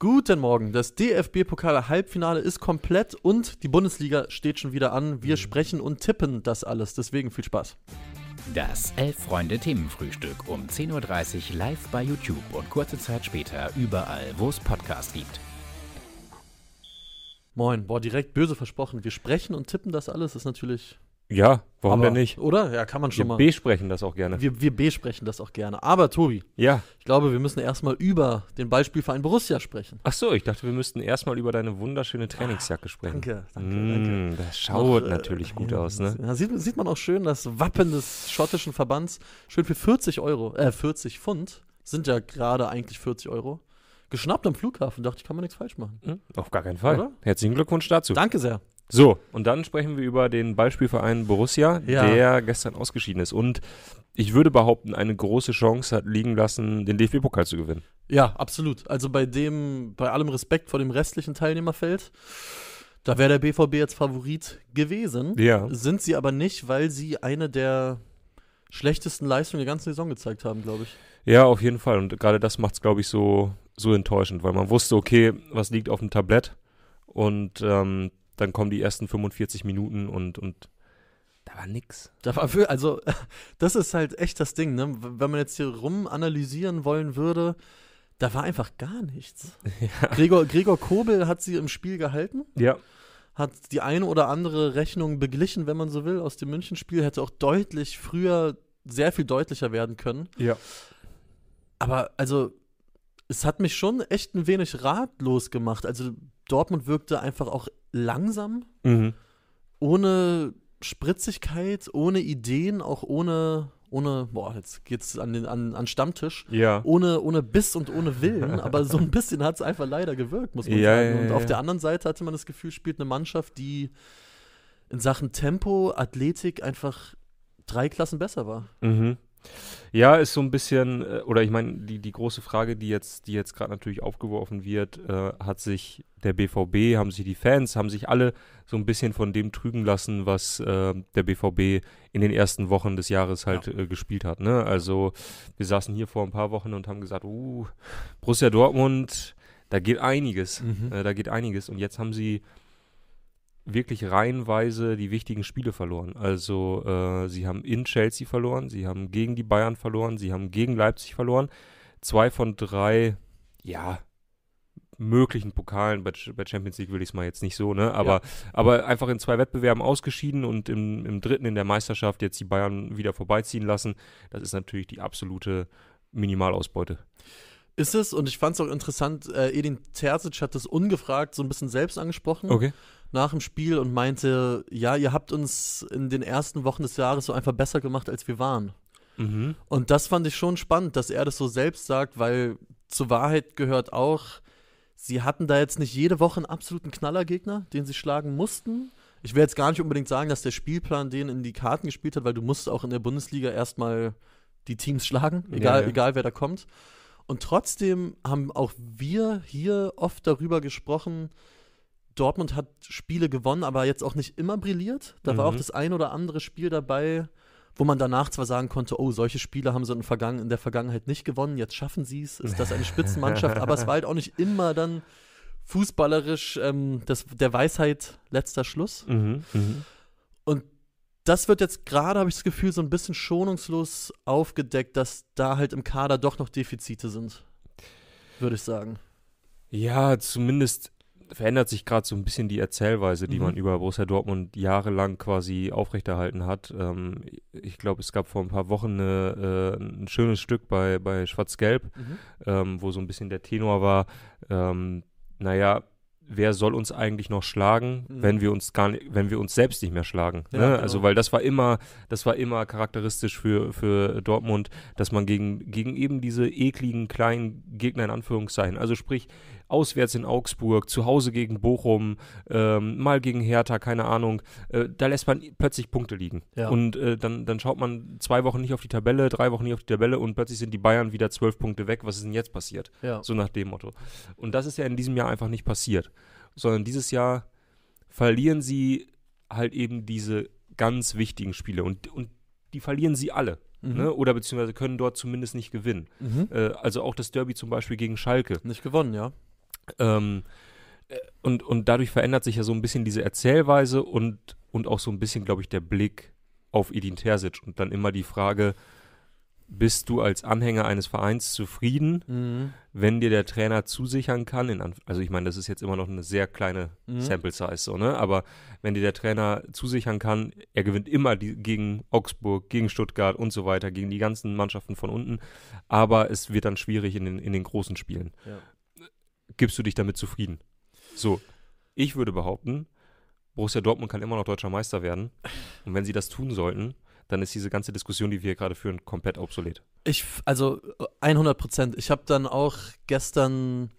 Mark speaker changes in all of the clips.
Speaker 1: Guten Morgen. Das DFB-Pokal-Halbfinale ist komplett und die Bundesliga steht schon wieder an.
Speaker 2: Mhm.
Speaker 1: Wir sprechen und tippen das alles. Deswegen viel Spaß.
Speaker 3: Das Elf-Freunde-Themenfrühstück um 10.30 Uhr live bei YouTube und kurze Zeit später überall, wo es Podcasts gibt.
Speaker 1: Moin. Boah, direkt böse versprochen. Wir sprechen und tippen das alles. Ist natürlich.
Speaker 2: Ja, warum
Speaker 1: aber-
Speaker 2: denn nicht?
Speaker 1: Oder? Ja, kann man schon
Speaker 2: Wir
Speaker 1: mal.
Speaker 2: besprechen das auch gerne.
Speaker 1: Wir, wir besprechen das auch gerne. Aber Tobi,
Speaker 2: ja.
Speaker 1: ich glaube, wir müssen erstmal über den Beispielverein Borussia sprechen.
Speaker 2: Ach so, ich dachte, wir müssten erstmal über deine wunderschöne Trainingsjacke sprechen.
Speaker 1: danke, danke,
Speaker 2: Mm, Das schaut
Speaker 1: Noch, äh,
Speaker 2: natürlich gut
Speaker 1: ja,
Speaker 2: aus, ne?
Speaker 1: Ja, sieht, sieht man auch schön das Wappen des schottischen Verbands. Schön für 40 Euro, äh, 40 Pfund sind ja gerade eigentlich 40 Euro. Geschnappt am Flughafen, dachte ich, kann man nichts falsch machen.
Speaker 2: Hm? Auf gar keinen Fall.
Speaker 1: Oder?
Speaker 2: Herzlichen Glückwunsch dazu.
Speaker 1: Danke sehr.
Speaker 2: So, und dann sprechen wir über den Beispielverein Borussia,
Speaker 1: Ja.
Speaker 2: der gestern ausgeschieden ist und ich würde behaupten, eine große Chance hat liegen lassen, den DFB-Pokal zu gewinnen.
Speaker 1: Ja, absolut. Also bei dem, bei allem Respekt vor dem restlichen Teilnehmerfeld, da wäre der BVB jetzt Favorit gewesen.
Speaker 2: Ja.
Speaker 1: Sind sie aber nicht, weil sie eine der schlechtesten Leistungen der ganzen Saison gezeigt haben, glaube ich.
Speaker 2: Ja, auf jeden Fall. Und gerade das macht es, glaube ich, so, so enttäuschend, weil man wusste, okay, was liegt auf dem Tablett und ähm, dann kommen die ersten 45 Minuten und, und da war nix.
Speaker 1: Da war, wir- also, das ist halt echt das Ding, ne? W- Wenn man jetzt hier rum analysieren wollen würde, da war einfach gar nichts. Gregor, Gregor Kobel hat sie im Spiel gehalten,
Speaker 2: Ja.
Speaker 1: hat die eine oder andere Rechnung beglichen, wenn man so will, aus dem Münchenspiel, hätte auch deutlich früher sehr viel deutlicher werden können.
Speaker 2: Ja.
Speaker 1: Aber also, es hat mich schon echt ein wenig ratlos gemacht. Also, Dortmund wirkte einfach auch langsam
Speaker 2: Mhm.
Speaker 1: ohne Spritzigkeit, ohne Ideen, auch ohne, ohne, boah, jetzt geht's an den an, an Stammtisch,
Speaker 2: Ja.
Speaker 1: ohne, ohne Biss und ohne Willen, aber so ein bisschen hat's einfach leider gewirkt, muss man
Speaker 2: Ja,
Speaker 1: sagen.
Speaker 2: ja,
Speaker 1: und
Speaker 2: ja,
Speaker 1: auf
Speaker 2: ja.
Speaker 1: der anderen Seite hatte man das Gefühl, spielt eine Mannschaft, die in Sachen Tempo, Athletik einfach drei Klassen besser war.
Speaker 2: Mhm. Ja, ist so ein bisschen, äh, oder ich meine, die, die große Frage, die jetzt, die jetzt gerade natürlich aufgeworfen wird, äh, hat sich der BVB, haben sich die Fans, haben sich alle so ein bisschen von dem trügen lassen, was äh, der BVB in den ersten Wochen des Jahres halt äh, gespielt hat. Ne? Also wir saßen hier vor ein paar Wochen und haben gesagt, uh, Borussia Dortmund, da geht einiges. Äh, da geht einiges. Und jetzt haben sie wirklich reihenweise die wichtigen Spiele verloren. Also äh, sie haben in Chelsea verloren, sie haben gegen die Bayern verloren, sie haben gegen Leipzig verloren. Zwei von drei, ja, möglichen Pokalen, bei, Ch- bei Champions League will ich es mal jetzt nicht so, ne? Aber, aber einfach in zwei Wettbewerben ausgeschieden und im, im dritten in der Meisterschaft jetzt die Bayern wieder vorbeiziehen lassen. Das ist natürlich die absolute Minimalausbeute.
Speaker 1: Ist es, und ich fand's auch interessant, äh, Edin Terzic hat das ungefragt so ein bisschen selbst angesprochen. nach dem Spiel und meinte, ja, ihr habt uns in den ersten Wochen des Jahres so einfach besser gemacht, als wir waren.
Speaker 2: Mhm.
Speaker 1: Und das fand ich schon spannend, dass er das so selbst sagt, weil zur Wahrheit gehört auch, sie hatten da jetzt nicht jede Woche einen absoluten Knallergegner, den sie schlagen mussten. Ich will jetzt gar nicht unbedingt sagen, dass der Spielplan denen in die Karten gespielt hat, weil du musst auch in der Bundesliga erstmal die Teams schlagen, egal,
Speaker 2: Ja, ja.
Speaker 1: egal wer da kommt. Und trotzdem haben auch wir hier oft darüber gesprochen, Dortmund hat Spiele gewonnen, aber jetzt auch nicht immer brilliert. Da war
Speaker 2: Mhm.
Speaker 1: auch das ein oder andere Spiel dabei, wo man danach zwar sagen konnte, oh, solche Spiele haben sie in, Vergangen in der Vergangenheit nicht gewonnen, jetzt schaffen sie es, ist das eine Spitzenmannschaft, aber es war halt auch nicht immer dann fußballerisch ähm, das, der Weisheit letzter Schluss.
Speaker 2: Mhm. Mhm.
Speaker 1: Das wird jetzt gerade, habe ich das Gefühl, so ein bisschen schonungslos aufgedeckt, dass da halt im Kader doch noch Defizite sind. Würde ich sagen.
Speaker 2: Ja, zumindest verändert sich gerade so ein bisschen die Erzählweise, die
Speaker 1: Mhm.
Speaker 2: man über Borussia Dortmund jahrelang quasi aufrechterhalten hat. Ähm, ich glaube, es gab vor ein paar Wochen eine, äh, ein schönes Stück bei, bei Schwarz-Gelb,
Speaker 1: Mhm.
Speaker 2: ähm, wo so ein bisschen der Tenor war, ähm, naja, wer soll uns eigentlich noch schlagen,
Speaker 1: Mhm.
Speaker 2: wenn wir uns gar nicht, wenn wir uns selbst nicht mehr schlagen?
Speaker 1: Ja,
Speaker 2: ne?
Speaker 1: genau.
Speaker 2: Also weil das war immer, das war immer charakteristisch für, für Dortmund, dass man gegen, gegen eben diese ekligen kleinen Gegner in Anführungszeichen, also sprich auswärts in Augsburg, zu Hause gegen Bochum, ähm, mal gegen Hertha, keine Ahnung, äh, da lässt man plötzlich Punkte liegen.
Speaker 1: Ja.
Speaker 2: Und äh, dann, dann schaut man zwei Wochen nicht auf die Tabelle, drei Wochen nicht auf die Tabelle und plötzlich sind die Bayern wieder zwölf Punkte weg. Was ist denn jetzt passiert?
Speaker 1: Ja.
Speaker 2: So nach dem Motto. Und das ist ja in diesem Jahr einfach nicht passiert. Sondern dieses Jahr verlieren sie halt eben diese ganz wichtigen Spiele. Und, und die verlieren sie alle.
Speaker 1: Mhm.
Speaker 2: Ne? Oder beziehungsweise können dort zumindest nicht gewinnen.
Speaker 1: Mhm.
Speaker 2: Äh, also auch das Derby zum Beispiel gegen Schalke.
Speaker 1: Nicht gewonnen, ja.
Speaker 2: Ähm, äh, und, und dadurch verändert sich ja so ein bisschen diese Erzählweise und, und auch so ein bisschen, glaube ich, der Blick auf Edin Terzic. Und dann immer die Frage, bist du als Anhänger eines Vereins zufrieden,
Speaker 1: Mhm.
Speaker 2: wenn dir der Trainer zusichern kann? In Anf- also ich meine, das ist jetzt immer noch eine sehr kleine
Speaker 1: Mhm.
Speaker 2: Sample Size, so, ne? aber wenn dir der Trainer zusichern kann, er gewinnt immer die, gegen Augsburg, gegen Stuttgart und so weiter, gegen die ganzen Mannschaften von unten, aber es wird dann schwierig in den, in den großen Spielen.
Speaker 1: Ja.
Speaker 2: Gibst du dich damit zufrieden? So, ich würde behaupten, Borussia Dortmund kann immer noch deutscher Meister werden und wenn sie das tun sollten, dann ist diese ganze Diskussion, die wir hier gerade führen, komplett obsolet.
Speaker 1: Ich, f- also 100 Prozent. Ich habe dann auch gestern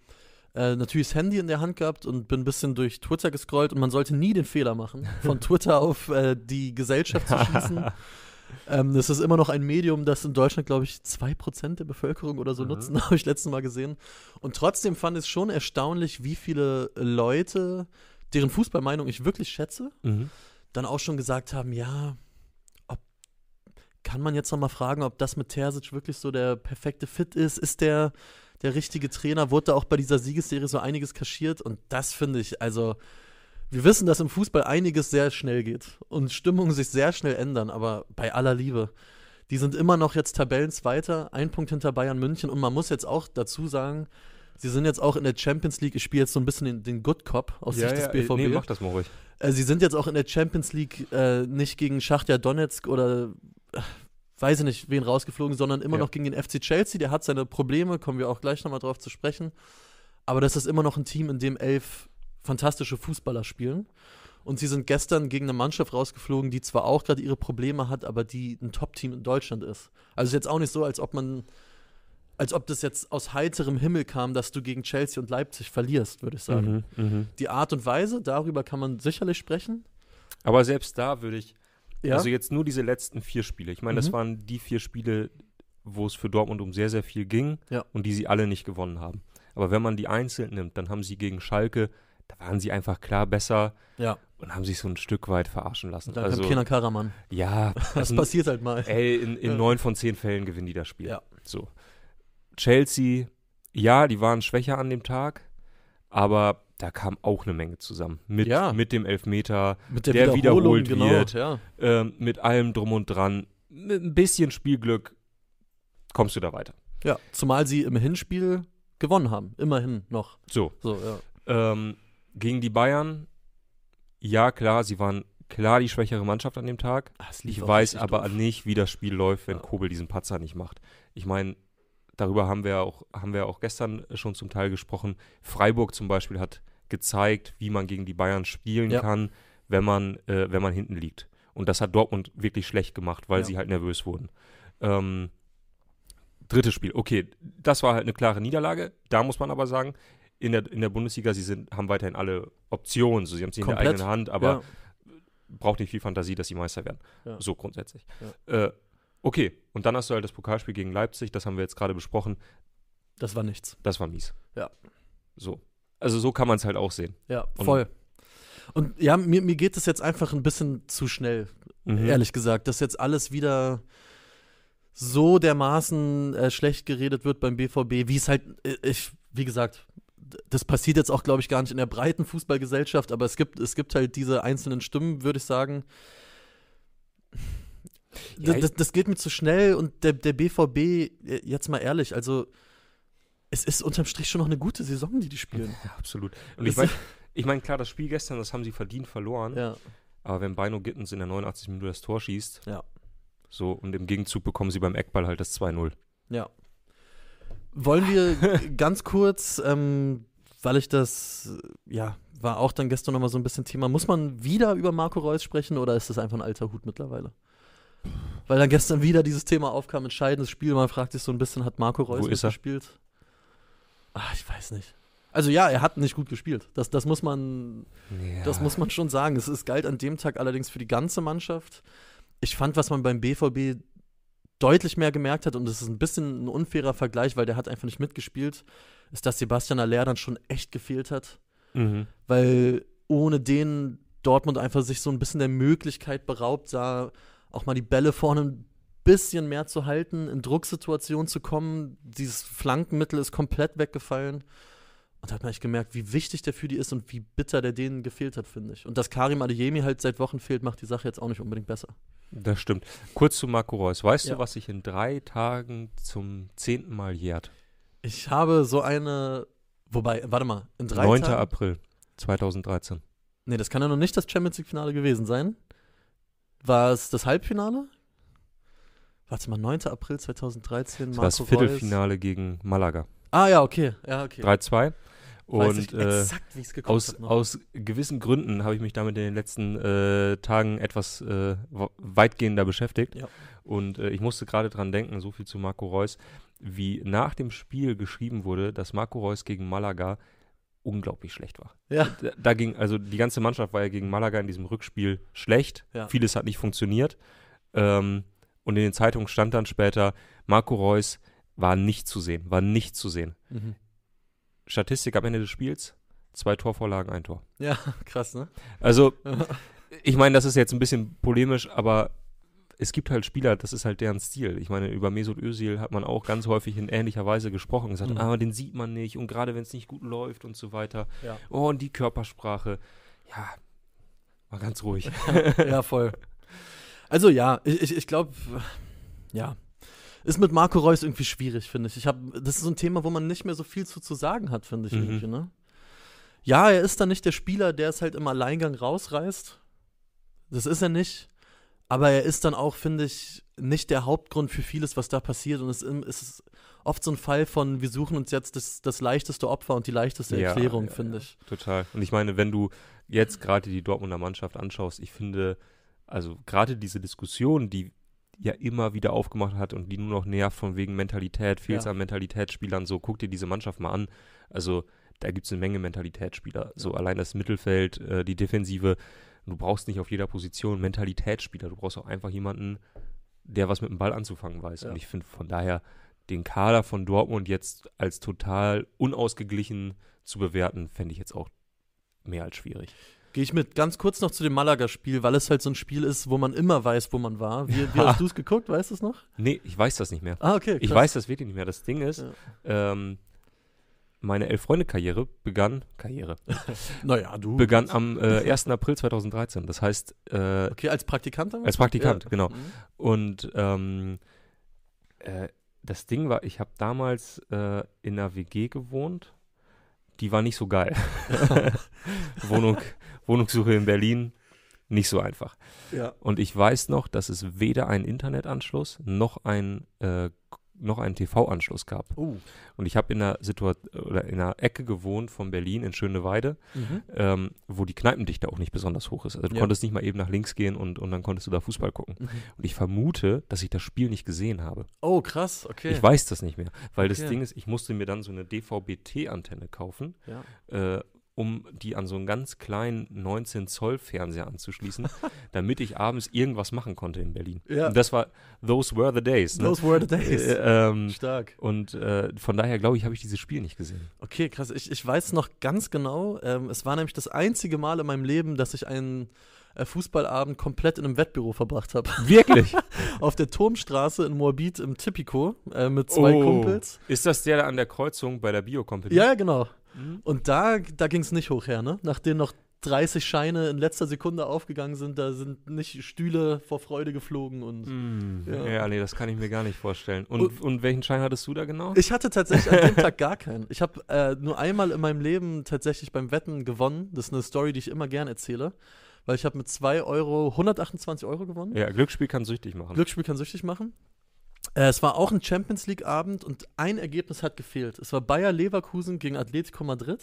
Speaker 1: äh, natürlich das Handy in der Hand gehabt und bin ein bisschen durch Twitter gescrollt und man sollte nie den Fehler machen, von Twitter auf äh, die Gesellschaft zu schießen. ähm, das ist immer noch ein Medium, das in Deutschland, glaube ich, 2% der Bevölkerung oder so
Speaker 2: Mhm.
Speaker 1: nutzen, habe ich letztes Mal gesehen. Und trotzdem fand ich es schon erstaunlich, wie viele Leute, deren Fußballmeinung ich wirklich schätze,
Speaker 2: Mhm.
Speaker 1: dann auch schon gesagt haben, ja, ob, kann man jetzt noch mal fragen, ob das mit Terzic wirklich so der perfekte Fit ist? Ist der der richtige Trainer? Wurde da auch bei dieser Siegesserie so einiges kaschiert? Und das finde ich, also wir wissen, dass im Fußball einiges sehr schnell geht und Stimmungen sich sehr schnell ändern, aber bei aller Liebe. Die sind immer noch jetzt Tabellenzweiter, ein Punkt hinter Bayern München und man muss jetzt auch dazu sagen, sie sind jetzt auch in der Champions League, ich spiele jetzt so ein bisschen den, den Good Cop aus Sicht des BVB.
Speaker 2: äh, Nee, mach das mal ruhig.
Speaker 1: Äh, sie sind jetzt auch in der Champions League äh, nicht gegen Schachtja Donetsk oder äh, weiß ich nicht, wen rausgeflogen, sondern immer
Speaker 2: Ja.
Speaker 1: noch gegen den FC Chelsea. Der hat seine Probleme, kommen wir auch gleich nochmal drauf zu sprechen. Aber das ist immer noch ein Team, in dem elf fantastische Fußballer spielen. Und sie sind gestern gegen eine Mannschaft rausgeflogen, die zwar auch gerade ihre Probleme hat, aber die ein Top-Team in Deutschland ist. Also ist jetzt auch nicht so, als ob man, als ob das jetzt aus heiterem Himmel kam, dass du gegen Chelsea und Leipzig verlierst, würde ich sagen
Speaker 2: Mhm, mhm.
Speaker 1: die Art und Weise, darüber kann man sicherlich sprechen.
Speaker 2: Aber selbst da würde ich,
Speaker 1: Ja.
Speaker 2: also jetzt nur diese letzten vier Spiele. Ich meine, das
Speaker 1: Mhm.
Speaker 2: waren die vier Spiele, wo es für Dortmund um sehr, sehr viel ging
Speaker 1: Ja.
Speaker 2: und die sie alle nicht gewonnen haben. Aber wenn man die einzeln nimmt, dann haben sie gegen Schalke, da waren sie einfach klar besser
Speaker 1: ja.
Speaker 2: und haben sich so ein Stück weit verarschen lassen.
Speaker 1: Da
Speaker 2: also,
Speaker 1: kam Kenan Karaman.
Speaker 2: ja,
Speaker 1: Das
Speaker 2: also,
Speaker 1: passiert halt mal.
Speaker 2: ey, in, in
Speaker 1: Ja.
Speaker 2: neun von zehn Fällen gewinnen die das Spiel.
Speaker 1: Ja.
Speaker 2: So. Chelsea, ja, die waren schwächer an dem Tag, aber da kam auch eine Menge zusammen. Mit,
Speaker 1: Ja.
Speaker 2: mit dem Elfmeter,
Speaker 1: Mit
Speaker 2: der wiederholt wird.
Speaker 1: genau. Ja.
Speaker 2: ähm, mit allem drum und dran, mit ein bisschen Spielglück kommst du da weiter.
Speaker 1: ja. Zumal sie im Hinspiel gewonnen haben. Immerhin noch.
Speaker 2: So,
Speaker 1: So, ja.
Speaker 2: ähm, gegen die Bayern, ja klar, sie waren klar die schwächere Mannschaft an dem Tag. Ich weiß aber nicht, wie das Spiel läuft, wenn
Speaker 1: Ja.
Speaker 2: Kobel diesen Patzer nicht macht. Ich meine, darüber haben wir auch, haben wir auch gestern schon zum Teil gesprochen. Freiburg zum Beispiel hat gezeigt, wie man gegen die Bayern spielen
Speaker 1: Ja.
Speaker 2: kann, wenn man, äh, wenn man hinten liegt. Und das hat Dortmund wirklich schlecht gemacht, weil
Speaker 1: Ja.
Speaker 2: sie halt nervös wurden. Ähm, drittes Spiel, okay, das war halt eine klare Niederlage. Da muss man aber sagen, in der, in der Bundesliga, sie sind, haben weiterhin alle Optionen. So, sie haben sie in der
Speaker 1: Komplett,
Speaker 2: eigenen Hand, aber
Speaker 1: Aber
Speaker 2: braucht nicht viel Fantasie, dass sie Meister werden.
Speaker 1: Ja.
Speaker 2: So grundsätzlich. Äh, okay, und dann hast du halt das Pokalspiel gegen Leipzig, das haben wir jetzt gerade besprochen,
Speaker 1: das war nichts.
Speaker 2: das war mies.
Speaker 1: Ja.
Speaker 2: So. Also so kann man es halt auch sehen.
Speaker 1: Ja,
Speaker 2: Und-
Speaker 1: voll. Und ja, mir, mir geht es jetzt einfach ein bisschen zu schnell,
Speaker 2: Mhm.
Speaker 1: ehrlich gesagt, dass jetzt alles wieder so dermaßen äh, schlecht geredet wird beim BVB, wie es halt, äh, ich, wie gesagt, d- das passiert jetzt auch, glaube ich, gar nicht in der breiten Fußballgesellschaft, aber es gibt, es gibt halt diese einzelnen Stimmen, würde ich sagen.
Speaker 2: Ja,
Speaker 1: D- das, das geht mir zu schnell und der, der BVB, äh, jetzt mal ehrlich, also es ist unterm Strich schon noch eine gute Saison, die die spielen.
Speaker 2: Ja, absolut. Und ich
Speaker 1: Das-
Speaker 2: meine, ich mein, klar, das Spiel gestern, das haben sie verdient verloren,
Speaker 1: Ja,
Speaker 2: aber wenn Bino Gittens in der 89. Minute das Tor schießt,
Speaker 1: Ja.
Speaker 2: so, und im Gegenzug bekommen sie beim Eckball halt das 2-0.
Speaker 1: ja. Wollen wir g- ganz kurz, ähm, weil ich das, äh, ja, war auch dann gestern nochmal so ein bisschen Thema, muss man wieder über Marco Reus sprechen oder ist das einfach ein alter Hut mittlerweile? Weil dann gestern wieder dieses Thema aufkam, entscheidendes Spiel, man fragt sich so ein bisschen, hat Marco Reus
Speaker 2: Wo ist er?
Speaker 1: gespielt? Ach, ich weiß nicht. Also ja, er hat nicht gut gespielt. Das, das muss man Das muss man schon sagen. Es ist galt an dem Tag allerdings für die ganze Mannschaft. Ich fand, was man beim BVB deutlich mehr gemerkt hat, und das ist ein bisschen ein unfairer Vergleich, weil der hat einfach nicht mitgespielt, ist, dass Sebastian Aller dann schon echt gefehlt hat,
Speaker 2: Mhm.
Speaker 1: weil ohne den Dortmund einfach sich so ein bisschen der Möglichkeit beraubt sah, auch mal die Bälle vorne ein bisschen mehr zu halten, in Drucksituationen zu kommen. Dieses Flankenmittel ist komplett weggefallen. Und da hat man echt gemerkt, wie wichtig der für die ist und wie bitter der denen gefehlt hat, finde ich. Und dass Karim Adeyemi halt seit Wochen fehlt, macht die Sache jetzt auch nicht unbedingt besser.
Speaker 2: Das stimmt. Kurz zu Marco Reus. Weißt
Speaker 1: Ja.
Speaker 2: du, was sich in drei Tagen zum zehnten Mal jährt?
Speaker 1: Ich habe so eine, wobei, warte mal, in drei
Speaker 2: 9.
Speaker 1: Tagen.
Speaker 2: April 2013.
Speaker 1: Nee, das kann ja noch nicht das Champions League-Finale gewesen sein. War es das Halbfinale? Warte mal, 9. April 2013,
Speaker 2: Das war das
Speaker 1: Marco Reus.
Speaker 2: Viertelfinale gegen Malaga.
Speaker 1: Ah ja, okay. Ja, okay.
Speaker 2: 3-2.
Speaker 1: Weiß ich
Speaker 2: Und äh,
Speaker 1: exakt, wie es gekommen
Speaker 2: aus,
Speaker 1: ist.
Speaker 2: aus gewissen Gründen habe ich mich damit in den letzten äh, Tagen etwas äh, w- weitgehender beschäftigt.
Speaker 1: Ja.
Speaker 2: Und äh, ich musste gerade dran denken, so viel zu Marco Reus, wie nach dem Spiel geschrieben wurde, dass Marco Reus gegen Malaga unglaublich schlecht war.
Speaker 1: Ja,
Speaker 2: Da- Da ging, also die ganze Mannschaft war ja gegen Malaga in diesem Rückspiel schlecht.
Speaker 1: Ja.
Speaker 2: Vieles hat nicht funktioniert. Ähm, und in den Zeitungen stand dann später, Marco Reus war nicht zu sehen, war nicht zu sehen.
Speaker 1: mhm.
Speaker 2: Statistik am Ende des Spiels, zwei Torvorlagen, ein Tor.
Speaker 1: ja krass, ne?
Speaker 2: Also, ich meine, das ist jetzt ein bisschen polemisch, aber es gibt halt Spieler, das ist halt deren Stil. Ich meine, über Mesut Özil hat man auch ganz häufig in ähnlicher Weise gesprochen, und gesagt,
Speaker 1: Mhm.
Speaker 2: ah, den sieht man nicht und gerade wenn es nicht gut läuft und so weiter.
Speaker 1: Ja.
Speaker 2: Oh, und die Körpersprache. Ja, mal ganz ruhig.
Speaker 1: ja, voll. Also ja, ich, ich, ich glaube, ja. Ist mit Marco Reus irgendwie schwierig, finde ich. ich hab, das ist so ein Thema, wo man nicht mehr so viel zu, zu sagen hat, finde ich.
Speaker 2: Mhm.
Speaker 1: Irgendwie, ne? Ja, er ist dann nicht der Spieler, der es halt im Alleingang rausreißt. Das ist er nicht. Aber er ist dann auch, finde ich, nicht der Hauptgrund für vieles, was da passiert. Und es im- es ist oft so ein Fall von, wir suchen uns jetzt das, das leichteste Opfer und die leichteste
Speaker 2: Ja,
Speaker 1: Erklärung,
Speaker 2: ja,
Speaker 1: finde
Speaker 2: ja.
Speaker 1: ich.
Speaker 2: Total. Und ich meine, wenn du jetzt gerade die Dortmunder Mannschaft anschaust, ich finde, also gerade diese Diskussion, die ja immer wieder aufgemacht hat und die nur noch nervt von wegen Mentalität, fehlt es
Speaker 1: Ja.
Speaker 2: an Mentalitätsspielern, so guck dir diese Mannschaft mal an. Also da gibt es eine Menge Mentalitätsspieler. So allein das Mittelfeld, äh, die Defensive, du brauchst nicht auf jeder Position Mentalitätsspieler, du brauchst auch einfach jemanden, der was mit dem Ball anzufangen weiß.
Speaker 1: Ja.
Speaker 2: Und ich finde von daher den Kader von Dortmund jetzt als total unausgeglichen zu bewerten, fände ich jetzt auch mehr als schwierig.
Speaker 1: Gehe ich mit ganz kurz noch zu dem Malaga-Spiel, weil es halt so ein Spiel ist, wo man immer weiß, wo man war. Wie, wie
Speaker 2: Ja.
Speaker 1: hast du es geguckt? Weißt du es noch?
Speaker 2: Nee, ich weiß das nicht mehr.
Speaker 1: Ah, okay.
Speaker 2: Ich
Speaker 1: krass.
Speaker 2: weiß das wirklich nicht mehr. Das Ding ist, ähm, meine Elf-Freunde-Karriere begann, Karriere,
Speaker 1: Naja, du.
Speaker 2: begann am äh, 1. April 2013. Das heißt, äh,
Speaker 1: okay, als Praktikant damals?
Speaker 2: als Praktikant, genau.
Speaker 1: Mhm.
Speaker 2: Und ähm, äh, das Ding war, ich habe damals äh, in einer WG gewohnt. Die war nicht so geil. Wohnung, Wohnungssuche in Berlin, nicht so einfach.
Speaker 1: Ja.
Speaker 2: Und ich weiß noch, dass es weder einen Internetanschluss noch ein äh, noch einen TV-Anschluss gab.
Speaker 1: Oh.
Speaker 2: Und ich habe in einer Situation oder in einer Ecke gewohnt von Berlin in Schöneweide,
Speaker 1: Mhm.
Speaker 2: ähm, wo die Kneipendichte auch nicht besonders hoch ist. Also du
Speaker 1: Ja.
Speaker 2: konntest nicht mal eben nach links gehen und, und dann konntest du da Fußball gucken.
Speaker 1: Mhm.
Speaker 2: Und ich vermute, dass ich das Spiel nicht gesehen habe.
Speaker 1: Oh, krass, okay.
Speaker 2: Ich weiß das nicht mehr, weil das
Speaker 1: Okay.
Speaker 2: Ding ist, ich musste mir dann so eine DVB-T-Antenne kaufen,
Speaker 1: Ja.
Speaker 2: äh, um die an so einen ganz kleinen 19-Zoll-Fernseher anzuschließen, damit ich abends irgendwas machen konnte in Berlin.
Speaker 1: Ja.
Speaker 2: Und das war, those were the days. Ne?
Speaker 1: Those were the days.
Speaker 2: Äh, ähm,
Speaker 1: Stark.
Speaker 2: und äh, von daher glaube ich, habe ich dieses Spiel nicht gesehen.
Speaker 1: Okay, krass. Ich, ich weiß noch ganz genau, ähm, es war nämlich das einzige Mal in meinem Leben, dass ich einen äh, Fußballabend komplett in einem Wettbüro verbracht habe.
Speaker 2: Wirklich?
Speaker 1: Auf der Turmstraße in Moabit im Tipico äh, mit zwei
Speaker 2: Oh.
Speaker 1: Kumpels.
Speaker 2: Ist das der da an der Kreuzung bei der Biocompany?
Speaker 1: Ja, ja, genau.
Speaker 2: Mhm.
Speaker 1: Und da, da ging es nicht hoch her, ne? Nachdem noch 30 Scheine in letzter Sekunde aufgegangen sind, da sind nicht Stühle vor Freude geflogen und.
Speaker 2: Mm,
Speaker 1: Ja.
Speaker 2: ja. nee, das kann ich mir gar nicht vorstellen. Und,
Speaker 1: Und-
Speaker 2: und, welchen Schein hattest du da genau?
Speaker 1: Ich hatte tatsächlich an dem Tag gar keinen. Ich habe äh, nur einmal in meinem Leben tatsächlich beim Wetten gewonnen. Das ist eine Story, die ich immer gern erzähle, weil ich habe mit 2 Euro 128 Euro gewonnen.
Speaker 2: Ja, Glücksspiel kann süchtig machen.
Speaker 1: Glücksspiel kann süchtig machen. Äh, es war auch ein Champions League-Abend und ein Ergebnis hat gefehlt. Es war Bayer Leverkusen gegen Atletico Madrid.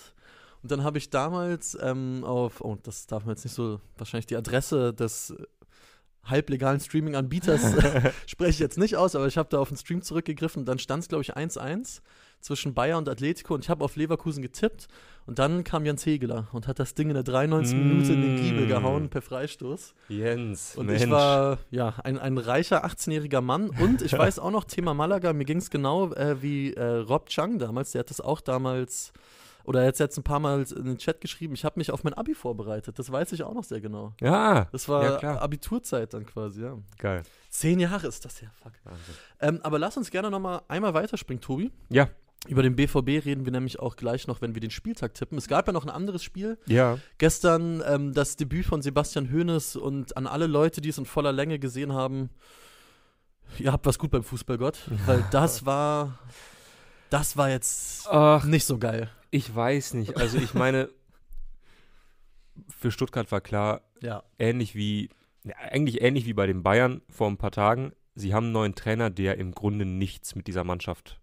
Speaker 1: Und dann habe ich damals ähm, auf, oh, das darf man jetzt nicht so, wahrscheinlich die Adresse des äh, halblegalen Streaming-Anbieters spreche ich jetzt nicht aus, aber ich habe da auf den Stream zurückgegriffen. Dann stand es, glaube ich, 1-1 zwischen Bayer und Atletico und ich habe auf Leverkusen getippt. Und dann kam Jens Hegeler und hat das Ding in der 93. Minute in den Giebel
Speaker 2: Mm.
Speaker 1: gehauen per Freistoß.
Speaker 2: Jens,
Speaker 1: Und
Speaker 2: Mensch.
Speaker 1: ich war ja ein, ein reicher 18-jähriger Mann. Und ich weiß auch noch, Thema Malaga, mir ging es genau äh, wie äh, Rob Chang damals, der hat das auch damals, oder er hat es jetzt ein paar Mal in den Chat geschrieben, ich habe mich auf mein Abi vorbereitet. Das weiß ich auch noch sehr genau.
Speaker 2: ja,
Speaker 1: Das
Speaker 2: Ja,
Speaker 1: war
Speaker 2: klar.
Speaker 1: Abiturzeit dann quasi, ja.
Speaker 2: geil.
Speaker 1: Zehn Jahre ist das ja, fuck. Ähm, aber lass uns gerne nochmal einmal weiterspringen, Tobi.
Speaker 2: Ja,
Speaker 1: Über den BVB reden wir nämlich auch gleich noch, wenn wir den Spieltag tippen. Es gab ja noch ein anderes Spiel.
Speaker 2: Ja.
Speaker 1: Gestern ähm, das Debüt von Sebastian Hoeneß und an alle Leute, die es in voller Länge gesehen haben, ihr habt was gut beim Fußballgott, weil das war, das war jetzt
Speaker 2: Ach,
Speaker 1: nicht so geil.
Speaker 2: ich weiß nicht. Also ich meine, für Stuttgart war klar,
Speaker 1: Ja,
Speaker 2: ähnlich wie, ja, eigentlich ähnlich wie bei den Bayern vor ein paar Tagen. Sie haben einen neuen Trainer, der im Grunde nichts mit dieser Mannschaft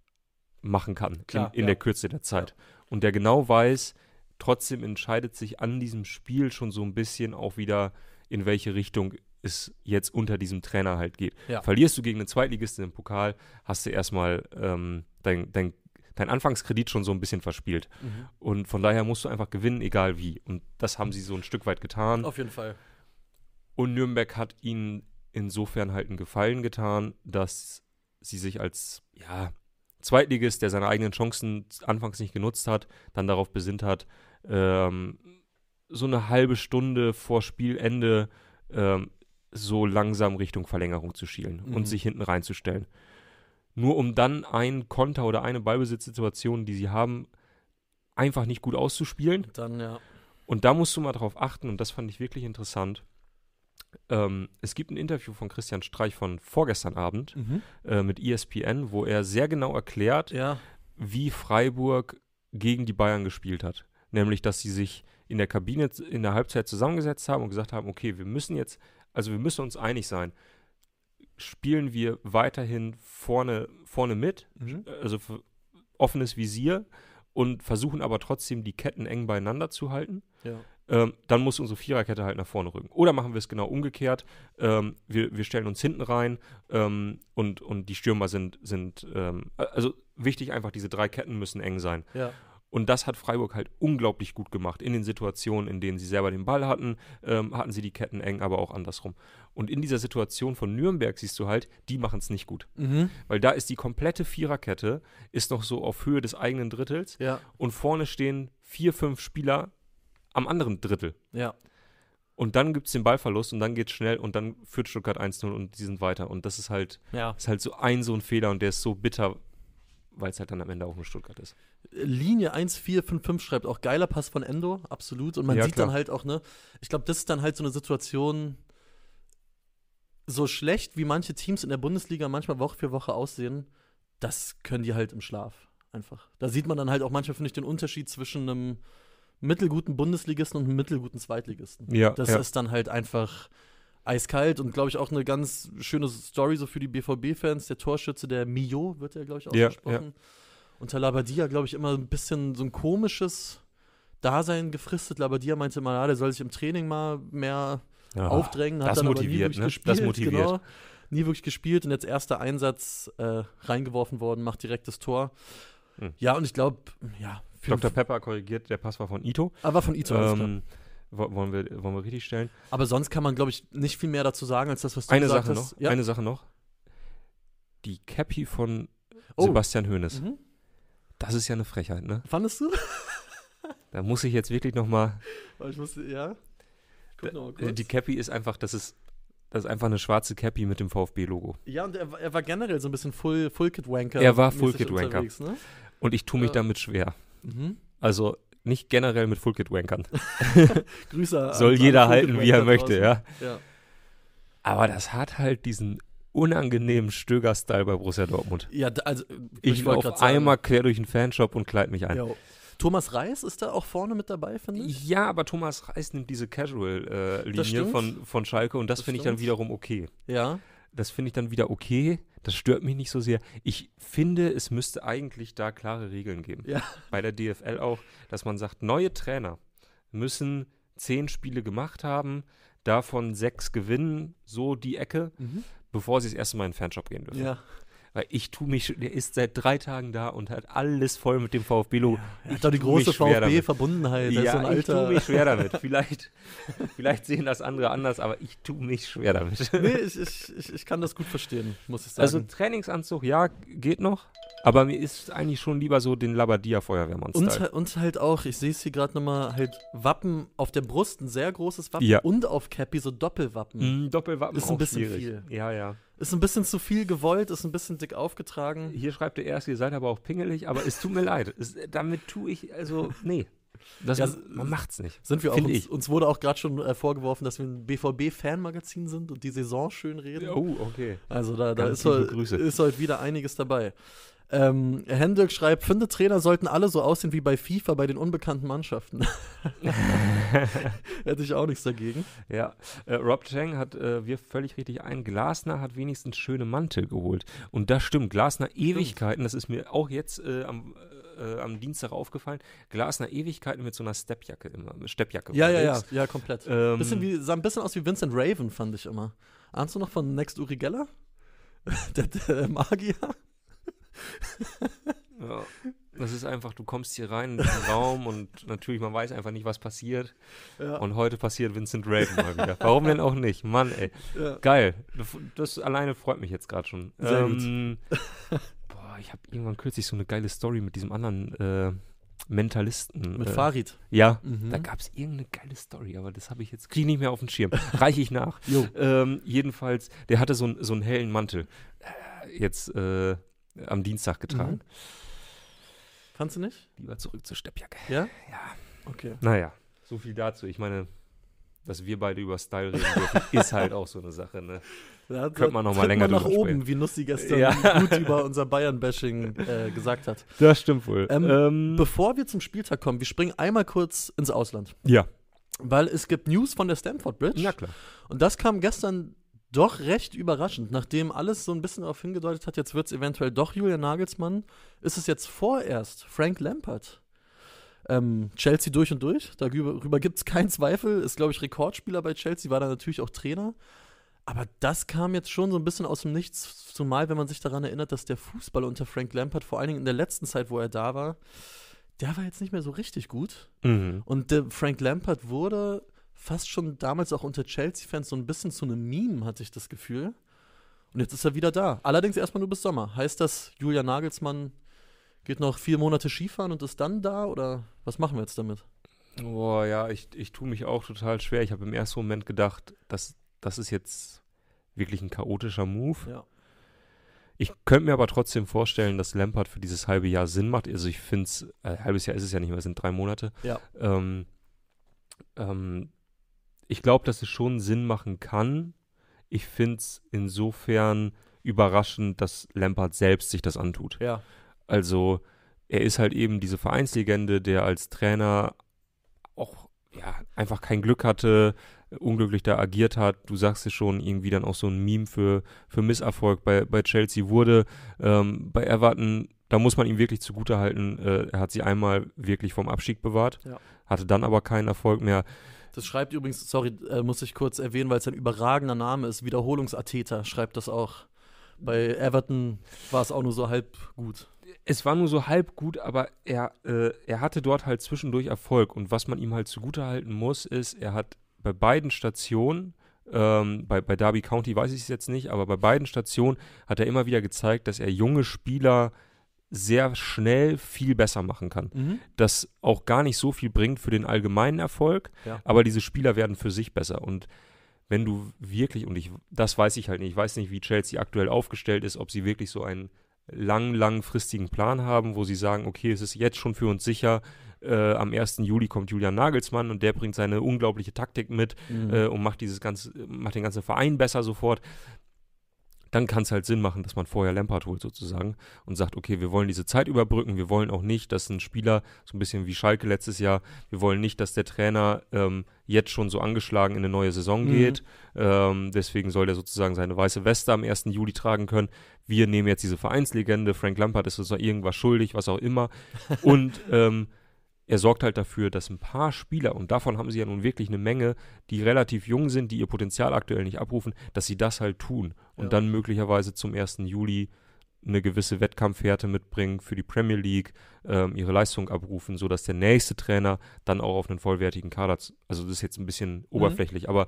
Speaker 2: machen kann
Speaker 1: Klar,
Speaker 2: in, in
Speaker 1: ja.
Speaker 2: der Kürze der Zeit. Und der genau weiß, trotzdem entscheidet sich an diesem Spiel schon so ein bisschen auch wieder, in welche Richtung es jetzt unter diesem Trainer halt geht.
Speaker 1: Ja.
Speaker 2: Verlierst du gegen einen Zweitligisten im Pokal, hast du erstmal ähm, dein, dein, dein Anfangskredit schon so ein bisschen verspielt. Und von daher musst du einfach gewinnen, egal wie. Und das haben sie so ein Stück weit getan.
Speaker 1: auf jeden Fall.
Speaker 2: Und Nürnberg hat ihnen insofern halt einen Gefallen getan, dass sie sich als ja, Zweitligist, der seine eigenen Chancen anfangs nicht genutzt hat, dann darauf besinnt hat, ähm, so eine halbe Stunde vor Spielende ähm, so langsam Richtung Verlängerung zu schielen
Speaker 1: Mhm.
Speaker 2: und sich hinten reinzustellen. Nur um dann einen Konter oder eine Ballbesitzsituation, die sie haben, einfach nicht gut auszuspielen.
Speaker 1: Dann, ja.
Speaker 2: Und da musst du mal drauf achten, und das fand ich wirklich interessant. Ähm, es gibt ein Interview von Christian Streich von vorgestern Abend äh, mit ESPN, wo er sehr genau erklärt,
Speaker 1: Ja,
Speaker 2: wie Freiburg gegen die Bayern gespielt hat. Nämlich, dass sie sich in der Kabine z- in der Halbzeit zusammengesetzt haben und gesagt haben, okay, wir müssen jetzt, also wir müssen uns einig sein. Spielen wir weiterhin vorne, vorne mit, also f- offenes Visier und versuchen aber trotzdem die Ketten eng beieinander zu halten
Speaker 1: ja.
Speaker 2: ähm, dann muss unsere Viererkette halt nach vorne rücken. Oder machen wir es genau umgekehrt. Ähm, wir, wir stellen uns hinten rein ähm, und, und die Stürmer sind, sind ähm, also wichtig einfach, diese drei Ketten müssen eng sein.
Speaker 1: ja.
Speaker 2: Und das hat Freiburg halt unglaublich gut gemacht. In den Situationen, in denen sie selber den Ball hatten, ähm, hatten sie die Ketten eng, aber auch andersrum. Und in dieser Situation von Nürnberg siehst du halt, die machen es nicht gut.
Speaker 1: Mhm.
Speaker 2: Weil da ist die komplette Viererkette, ist noch so auf Höhe des eigenen Drittels
Speaker 1: Ja,
Speaker 2: und vorne stehen vier, fünf Spieler am anderen Drittel.
Speaker 1: ja.
Speaker 2: Und dann gibt es den Ballverlust und dann geht's schnell und dann führt Stuttgart 1-0 und die sind weiter. Und das ist halt,
Speaker 1: Ja.
Speaker 2: ist halt so ein so ein Fehler und der ist so bitter, weil es halt dann am Ende auch nur Stuttgart ist.
Speaker 1: Linie 1455 schreibt auch geiler Pass von Endo, absolut. Und man
Speaker 2: Ja,
Speaker 1: sieht
Speaker 2: klar.
Speaker 1: dann halt auch, ne, ich glaube, das ist dann halt so eine Situation, so schlecht wie manche Teams in der Bundesliga manchmal Woche für Woche aussehen, das können die halt im Schlaf einfach. Da sieht man dann halt auch manchmal, finde ich, den Unterschied zwischen einem mittelguten Bundesligisten und einem mittelguten Zweitligisten.
Speaker 2: Ja,
Speaker 1: Das ist dann halt einfach eiskalt und glaube ich auch eine ganz schöne Story so für die BVB-Fans. Der Torschütze, der Mio, wird ja glaube ich
Speaker 2: Ja,
Speaker 1: ausgesprochen. Unter Labadia glaube ich immer ein bisschen so ein komisches Dasein gefristet. Labadia meinte immer, ja, der soll sich im Training mal mehr aufdrängen. Hat
Speaker 2: das
Speaker 1: dann aber nie
Speaker 2: motiviert,
Speaker 1: wirklich
Speaker 2: ne?
Speaker 1: gespielt.
Speaker 2: Das motiviert.
Speaker 1: Genau, nie wirklich gespielt und jetzt erster Einsatz äh, reingeworfen worden, macht direkt das Tor.
Speaker 2: Hm.
Speaker 1: Ja, und ich glaube, ja, für-
Speaker 2: Dr. Pepper korrigiert, der Pass war von Ito.
Speaker 1: aber von Ito. alles klar.
Speaker 2: Ähm, wo- wollen, wir, wollen wir richtig stellen?
Speaker 1: aber sonst kann man, glaube ich, nicht viel mehr dazu sagen, als das, was du
Speaker 2: Eine
Speaker 1: gesagt
Speaker 2: Sache
Speaker 1: hast.
Speaker 2: noch,
Speaker 1: Ja.
Speaker 2: eine Sache noch. Die Cappy von
Speaker 1: Oh.
Speaker 2: Sebastian Hoeneß.
Speaker 1: Mhm.
Speaker 2: Das ist ja eine Frechheit, ne?
Speaker 1: Fandest du?
Speaker 2: Da muss ich jetzt wirklich noch mal
Speaker 1: Oh, Ich musste, ja. Guck noch mal
Speaker 2: Äh,
Speaker 1: kurz.
Speaker 2: die Cappy ist einfach, das ist das ist einfach eine schwarze Cappy mit dem VfB Logo.
Speaker 1: ja, und er, war- er war generell so ein bisschen Full, Full Kid Wanker.
Speaker 2: Er war
Speaker 1: mäßig
Speaker 2: Full Kid Wanker.
Speaker 1: unterwegs, Ne?
Speaker 2: Und ich tue mich
Speaker 1: Ja.
Speaker 2: damit schwer.
Speaker 1: Mhm.
Speaker 2: Also nicht generell mit Fullkit wankern.
Speaker 1: Grüße. an-
Speaker 2: Soll
Speaker 1: an
Speaker 2: jeder
Speaker 1: Ah, Full
Speaker 2: halten,
Speaker 1: Kid
Speaker 2: wie er
Speaker 1: Wanker
Speaker 2: möchte,
Speaker 1: draußen.
Speaker 2: ja.
Speaker 1: ja.
Speaker 2: Aber das hat halt diesen unangenehmen Stöger-Style bei Borussia Dortmund.
Speaker 1: Ja, da, also. äh,
Speaker 2: Ich, ich
Speaker 1: wollt
Speaker 2: laufe
Speaker 1: grad sagen,
Speaker 2: einmal quer durch den Fanshop und kleid mich ein.
Speaker 1: Jo. Thomas Reis ist da auch vorne mit dabei, finde ich.
Speaker 2: Ja, aber Thomas Reis nimmt diese
Speaker 1: Das
Speaker 2: Casual-Linie
Speaker 1: stimmt.
Speaker 2: von, von Schalke und das,
Speaker 1: Das
Speaker 2: finde ich dann
Speaker 1: stimmt.
Speaker 2: wiederum okay.
Speaker 1: Ja.
Speaker 2: Das finde ich dann wieder okay. Das stört mich nicht so sehr. Ich finde, es müsste eigentlich da klare Regeln geben.
Speaker 1: Ja.
Speaker 2: Bei der DFL auch, dass man sagt, neue Trainer müssen zehn Spiele gemacht haben, davon sechs gewinnen, so die Ecke. bevor sie das erste Mal in den Fanshop gehen dürfen.
Speaker 1: Mhm. Ja.
Speaker 2: Weil ich tue mich, schon- der ist seit drei Tagen da und hat alles voll mit dem VfB-Logo.
Speaker 1: Er hat doch die
Speaker 2: tu
Speaker 1: große
Speaker 2: mich schwer damit.
Speaker 1: VfB-Verbundenheit.
Speaker 2: Ja,
Speaker 1: Ja, so ein
Speaker 2: ich tue
Speaker 1: alter.
Speaker 2: mich schwer damit. Vielleicht, vielleicht sehen das andere anders, aber ich tue mich schwer damit.
Speaker 1: nee, ich, ich, ich, ich kann das gut verstehen, muss ich sagen.
Speaker 2: Also Trainingsanzug, ja, geht noch. Aber mir ist eigentlich schon lieber so den
Speaker 1: Und,
Speaker 2: Labadia-Feuerwehrmann-Style.
Speaker 1: halt- und halt auch, ich sehe es hier gerade nochmal, halt Wappen auf der Brust, ein sehr großes Wappen
Speaker 2: Ja.
Speaker 1: und auf Cappy so Doppelwappen.
Speaker 2: Mhm, Doppelwappen
Speaker 1: Ist ein
Speaker 2: auch
Speaker 1: bisschen
Speaker 2: schwierig.
Speaker 1: viel.
Speaker 2: Ja, ja.
Speaker 1: Ist ein bisschen zu viel gewollt, ist ein bisschen dick aufgetragen.
Speaker 2: Hier schreibt der erste, ihr seid aber auch pingelig, aber es tut mir leid. Es, damit tue ich, also, nee. Das,
Speaker 1: Ja,
Speaker 2: man macht's nicht.
Speaker 1: Sind wir auch,
Speaker 2: Find
Speaker 1: uns,
Speaker 2: ich.
Speaker 1: uns wurde auch gerade schon äh, vorgeworfen, dass wir ein BVB-Fanmagazin sind und die Saison schön reden.
Speaker 2: Oh, okay.
Speaker 1: Also da, da
Speaker 2: Ganz
Speaker 1: ist,
Speaker 2: liebe
Speaker 1: heute,
Speaker 2: Grüße.
Speaker 1: ist heute wieder einiges dabei. Ähm, Hendrik schreibt, finde Trainer sollten alle so aussehen wie bei FIFA bei den unbekannten Mannschaften. Hätte ich auch nichts dagegen.
Speaker 2: Ja, äh, Rob Chang hat äh, wir völlig richtig ein. Glasner hat wenigstens schöne Mantel geholt. Und das stimmt, Glasner Ewigkeiten, das ist mir auch jetzt äh, am, äh, am Dienstag aufgefallen. Glasner Ewigkeiten mit so einer Steppjacke immer, mit Steppjacke.
Speaker 1: Ja, ja, ja,
Speaker 2: unterwegs.
Speaker 1: ja, komplett.
Speaker 2: Ähm,
Speaker 1: bisschen wie, sah ein bisschen aus wie Vincent Raven, fand ich immer. Ahnst du noch von Next Uri Geller? der, der Magier?
Speaker 2: Ja. Das ist einfach, du kommst hier rein in diesen Raum und natürlich, man weiß einfach nicht, was passiert.
Speaker 1: Ja.
Speaker 2: Und heute passiert Vincent Raven mal wieder. Warum denn auch nicht? Mann, ey.
Speaker 1: Ja.
Speaker 2: Geil. Das- Das alleine freut mich jetzt gerade schon.
Speaker 1: Sehr
Speaker 2: gut. Boah, ich habe irgendwann kürzlich so eine geile Story mit diesem anderen äh, Mentalisten.
Speaker 1: Mit
Speaker 2: äh,
Speaker 1: Farid.
Speaker 2: Ja.
Speaker 1: Mhm.
Speaker 2: Da gab es irgendeine geile Story, aber das habe ich jetzt krieg ich Hm? nicht mehr auf den Schirm. Reiche ich nach.
Speaker 1: Jo.
Speaker 2: Ähm, jedenfalls, der hatte so, einen- so einen hellen Mantel äh, jetzt äh, am Dienstag getragen.
Speaker 1: Fandst du nicht?
Speaker 2: Lieber zurück zur Steppjacke.
Speaker 1: Ja?
Speaker 2: Ja.
Speaker 1: Okay.
Speaker 2: Naja, so viel dazu. Ich meine, dass wir beide über Style reden dürfen, ist halt auch so eine Sache. Ne?
Speaker 1: Da,
Speaker 2: Könnte man noch mal
Speaker 1: tritt
Speaker 2: länger
Speaker 1: nach
Speaker 2: drüber
Speaker 1: oben,
Speaker 2: sprechen.
Speaker 1: wie Nussi gestern
Speaker 2: Ja.
Speaker 1: gut über unser Bayern-Bashing äh, gesagt hat.
Speaker 2: Das stimmt wohl.
Speaker 1: Ähm,
Speaker 2: Ähm,
Speaker 1: Bevor wir zum Spieltag kommen, wir springen einmal kurz ins Ausland,
Speaker 2: ja.
Speaker 1: weil es gibt News von der Stamford Bridge
Speaker 2: Na klar.
Speaker 1: und das kam gestern doch recht überraschend, nachdem alles so ein bisschen darauf hingedeutet hat, jetzt wird es eventuell doch Julian Nagelsmann, ist es jetzt vorerst Frank Lampard. Ähm, Chelsea durch und durch, darüber gibt es keinen Zweifel, ist glaube ich Rekordspieler bei Chelsea, war da natürlich auch Trainer. Aber das kam jetzt schon so ein bisschen aus dem Nichts, zumal wenn man sich daran erinnert, dass der Fußball unter Frank Lampard, vor allen Dingen in der letzten Zeit, wo er da war, der war jetzt nicht mehr so richtig gut.
Speaker 2: Mhm.
Speaker 1: Und der Frank Lampard wurde fast schon damals auch unter Chelsea-Fans so ein bisschen zu einem Meme, hatte ich das Gefühl. Und jetzt ist er wieder da. Allerdings erstmal nur bis Sommer. Heißt das, Julian Nagelsmann geht noch vier Monate Skifahren und ist dann da? Oder was machen wir jetzt damit?
Speaker 2: Boah, ja, ich, ich tue mich auch total schwer. Ich habe im ersten Moment gedacht, das, das ist jetzt wirklich ein chaotischer Move.
Speaker 1: Ja.
Speaker 2: Ich könnte mir aber trotzdem vorstellen, dass Lampard für dieses halbe Jahr Sinn macht. Also ich finde es, äh, halbes Jahr ist es ja nicht mehr, es sind drei Monate.
Speaker 1: Ja.
Speaker 2: Ähm, ähm, ich glaube, dass es schon Sinn machen kann. Ich finde es insofern überraschend, dass Lampard selbst sich das antut.
Speaker 1: Ja.
Speaker 2: Also er ist halt eben diese Vereinslegende, der als Trainer auch ja, einfach kein Glück hatte, unglücklich da agiert hat. Du sagst es schon, irgendwie dann auch so ein Meme für, für Misserfolg bei, bei Chelsea wurde. Ähm, bei Everton, da muss man ihm wirklich zugutehalten. Äh, er hat sie einmal wirklich vom Abstieg bewahrt,
Speaker 1: Ja.
Speaker 2: hatte dann aber keinen Erfolg mehr.
Speaker 1: Das schreibt übrigens, sorry, äh, muss ich kurz erwähnen, weil es ein überragender Name ist. Wiederholungsateta schreibt das auch. Bei Everton war es auch nur so halb gut.
Speaker 2: Es war nur so halb gut, aber er, äh, er hatte dort halt zwischendurch Erfolg. Und was man ihm halt zugutehalten muss, ist, er hat bei beiden Stationen, ähm, bei, bei Derby County weiß ich es jetzt nicht, aber bei beiden Stationen hat er immer wieder gezeigt, dass er junge Spieler sehr schnell viel besser machen kann. das auch gar nicht so viel bringt für den allgemeinen Erfolg,
Speaker 1: Ja.
Speaker 2: aber diese Spieler werden für sich besser. Und wenn du wirklich, und ich, das weiß ich halt nicht, ich weiß nicht, wie Chelsea aktuell aufgestellt ist, ob sie wirklich so einen lang, langfristigen Plan haben, wo sie sagen, okay, es ist jetzt schon für uns sicher, äh, am 1. Juli kommt Julian Nagelsmann und der bringt seine unglaubliche Taktik mit
Speaker 1: Mhm.
Speaker 2: äh, und macht dieses ganze, macht den ganzen Verein besser sofort. Dann kann es halt Sinn machen, dass man vorher Lampard holt sozusagen und sagt, okay, wir wollen diese Zeit überbrücken, wir wollen auch nicht, dass ein Spieler, so ein bisschen wie Schalke letztes Jahr, wir wollen nicht, dass der Trainer ähm, jetzt schon so angeschlagen in eine neue Saison
Speaker 1: Mhm.
Speaker 2: geht. Ähm, deswegen soll der sozusagen seine weiße Weste am 1. Juli tragen können. Wir nehmen jetzt diese Vereinslegende, Frank Lampard ist uns noch irgendwas schuldig, was auch immer. Und ähm, er sorgt halt dafür, dass ein paar Spieler, und davon haben sie ja nun wirklich eine Menge, die relativ jung sind, die ihr Potenzial aktuell nicht abrufen, dass sie das halt tun und
Speaker 1: Ja.
Speaker 2: dann möglicherweise zum 1. Juli eine gewisse Wettkampfhärte mitbringen für die Premier League, ähm, ihre Leistung abrufen, sodass der nächste Trainer dann auch auf einen vollwertigen Kader, z- also das ist jetzt ein bisschen oberflächlich, aber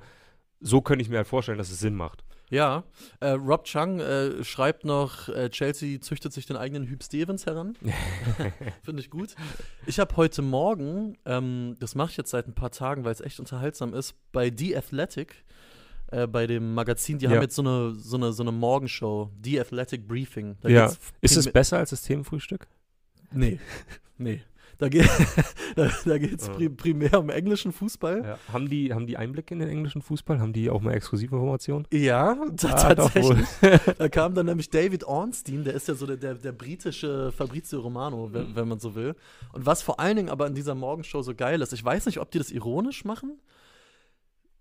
Speaker 2: so könnte ich mir halt vorstellen, dass es Sinn macht.
Speaker 1: Ja, äh, Rob Chang äh, schreibt noch, äh, Chelsea züchtet sich den eigenen Hüb Stevens heran. Finde ich gut. Ich habe heute Morgen, ähm, das mache ich jetzt seit ein paar Tagen, weil es echt unterhaltsam ist, bei The Athletic äh, bei dem Magazin, die
Speaker 2: Ja.
Speaker 1: haben jetzt so eine, so eine, so eine Morgenshow, The Athletic Briefing. Da
Speaker 2: Ja.
Speaker 1: geht's
Speaker 2: Ist es
Speaker 1: primär-
Speaker 2: besser als das Themenfrühstück?
Speaker 1: Nee, nee. Da, geht, da, da geht es pri
Speaker 2: Ja.
Speaker 1: primär um englischen Fußball.
Speaker 2: Ja. Haben, die, haben die Einblicke in den englischen Fußball? Haben die auch mal Exklusivinformationen?
Speaker 1: Ja, ta-
Speaker 2: Ah, doch
Speaker 1: tatsächlich.
Speaker 2: wohl.
Speaker 1: Da kam dann nämlich David Ornstein, der ist ja so der, der, der britische Fabrizio Romano, wenn, wenn man so will. Und was vor allen Dingen aber in dieser Morgenshow so geil ist, ich weiß nicht, ob die das ironisch machen,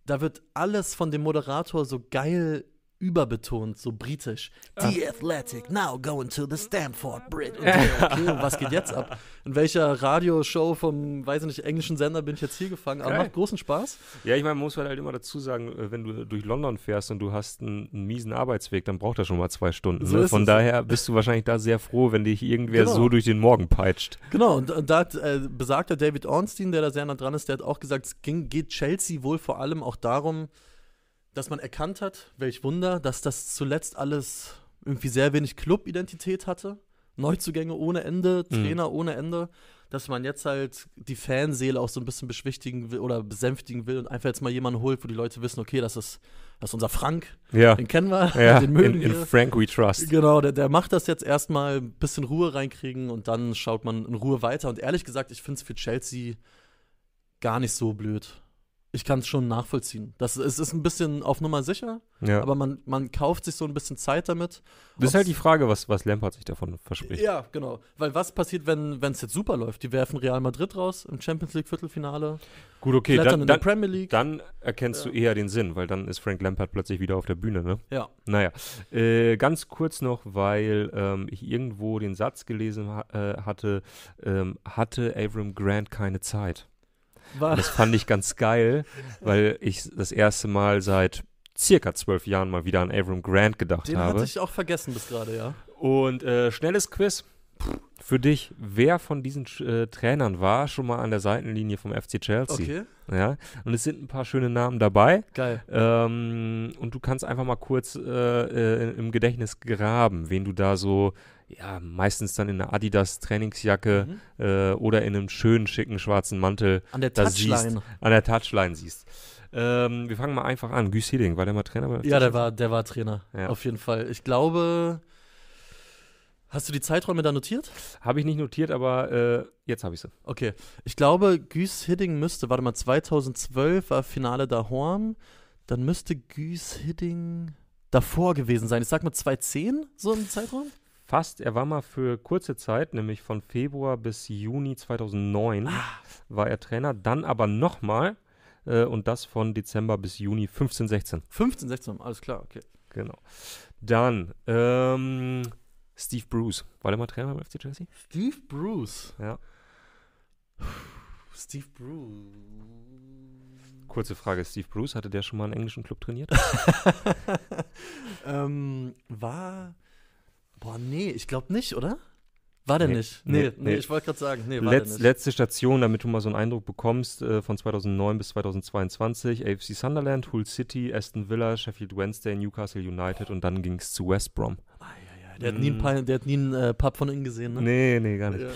Speaker 1: da wird alles von dem Moderator so geil überbetont, so britisch. The Athletic, now going to the Stamford Bridge. Und so, okay, und was geht jetzt ab? In welcher Radioshow vom, weiß ich nicht, englischen Sender bin ich jetzt hier gefangen? Aber
Speaker 2: Geil.
Speaker 1: macht großen Spaß.
Speaker 2: Ja, ich meine, man muss halt immer dazu sagen, äh, wenn du durch London fährst und du hast einen, einen miesen Arbeitsweg, dann braucht er schon mal zwei Stunden.
Speaker 1: So
Speaker 2: ne?
Speaker 1: ist
Speaker 2: Von
Speaker 1: es.
Speaker 2: daher bist du wahrscheinlich da sehr froh, wenn dich irgendwer
Speaker 1: Genau.
Speaker 2: so durch den Morgen peitscht.
Speaker 1: Genau, und, und da hat äh, besagter David Ornstein, der da sehr nah dran ist, der hat auch gesagt, es ging, geht Chelsea wohl vor allem auch darum, dass man erkannt hat, welch Wunder, dass das zuletzt alles irgendwie sehr wenig Club-Identität hatte. Neuzugänge ohne Ende,
Speaker 2: Mhm.
Speaker 1: Trainer ohne Ende, dass man jetzt halt die Fanseele auch so ein bisschen beschwichtigen will oder besänftigen will und einfach jetzt mal jemanden holt, wo die Leute wissen, okay, das ist, das ist unser Frank,
Speaker 2: Ja,
Speaker 1: den kennen wir,
Speaker 2: ja.
Speaker 1: den
Speaker 2: In,
Speaker 1: mögen
Speaker 2: in
Speaker 1: wir.
Speaker 2: Frank we trust.
Speaker 1: Genau, der, der macht das jetzt erstmal ein bisschen Ruhe reinkriegen und dann schaut man in Ruhe weiter. Und ehrlich gesagt, ich finde es für Chelsea gar nicht so blöd. Ich kann es schon nachvollziehen. Das, es ist ein bisschen auf Nummer sicher,
Speaker 2: Ja.
Speaker 1: aber man, man kauft sich so ein bisschen Zeit damit.
Speaker 2: das ist halt die
Speaker 1: ob's-
Speaker 2: Frage, was, was Lampard sich davon verspricht.
Speaker 1: Ja, genau. Weil was passiert, wenn es jetzt super läuft? Die werfen Real Madrid raus im Champions League Viertelfinale,
Speaker 2: Gut, okay,
Speaker 1: klettern
Speaker 2: dann,
Speaker 1: in der
Speaker 2: dann,
Speaker 1: Premier League.
Speaker 2: dann erkennst du eher den Sinn, weil dann ist Frank Lampard plötzlich wieder auf der Bühne, ne?
Speaker 1: ja.
Speaker 2: Naja, äh, ganz kurz noch, weil ähm, ich irgendwo den Satz gelesen ha äh, hatte, ähm, hatte Avram Grant keine Zeit.
Speaker 1: War,
Speaker 2: Und das fand ich ganz geil, weil ich das erste Mal seit circa zwölf Jahren mal wieder an Avram Grant gedacht
Speaker 1: den
Speaker 2: habe.
Speaker 1: hatte ich auch vergessen bis gerade, ja.
Speaker 2: Und äh, schnelles Quiz für dich. Wer von diesen äh, Trainern war schon mal an der Seitenlinie vom FC Chelsea?
Speaker 1: Okay,
Speaker 2: Ja? Und es sind ein paar schöne Namen dabei.
Speaker 1: geil.
Speaker 2: Ähm, und du kannst einfach mal kurz äh, äh, im Gedächtnis graben, wen du da so, ja, meistens dann in einer Adidas Trainingsjacke
Speaker 1: Mhm.
Speaker 2: äh, oder in einem schönen, schicken schwarzen Mantel
Speaker 1: An der
Speaker 2: da siehst,
Speaker 1: Touchline.
Speaker 2: an der Touchline siehst. Ähm, wir fangen mal einfach an. Guy Seeding, war der mal Trainer? Bei
Speaker 1: Ja, der war, der war Trainer,
Speaker 2: Ja.
Speaker 1: auf jeden Fall. Ich glaube, hast du die Zeiträume da notiert?
Speaker 2: Habe ich nicht notiert, aber äh, jetzt habe ich sie.
Speaker 1: Okay. Ich glaube, Güs Hidding müsste, warte mal, 2012 war Finale da Horn, dann müsste Güs Hidding davor gewesen sein. Ich sag mal 2010, so im Zeitraum?
Speaker 2: Fast, er war mal für kurze Zeit, nämlich von Februar bis Juni 2009,
Speaker 1: Ah.
Speaker 2: war er Trainer, dann aber nochmal äh, und das von Dezember bis Juni 15, 16.
Speaker 1: 15, 16, alles klar, okay.
Speaker 2: Genau. Dann, ähm, Steve Bruce. War der mal Trainer beim FC Chelsea?
Speaker 1: Steve Bruce.
Speaker 2: Ja.
Speaker 1: Steve Bruce.
Speaker 2: Kurze Frage, Steve Bruce, hatte der schon mal einen englischen Club trainiert?
Speaker 1: ähm, war. Boah, nee, ich glaube nicht, oder? War der
Speaker 2: Nee,
Speaker 1: nicht? Nee, nee,
Speaker 2: nee, nee.
Speaker 1: ich wollte gerade sagen, nee, war
Speaker 2: Letz,
Speaker 1: der nicht.
Speaker 2: letzte Station, damit du mal so einen Eindruck bekommst, äh, von 2009 bis 2022. AFC Sunderland, Hull City, Aston Villa, Sheffield Wednesday, Newcastle United und dann ging es zu West Brom.
Speaker 1: Eieiei, Der hat nie einen, Pa- der hat nie einen äh, Pub von innen gesehen, ne?
Speaker 2: Mm. Nee, nee, gar nicht.
Speaker 1: Ja.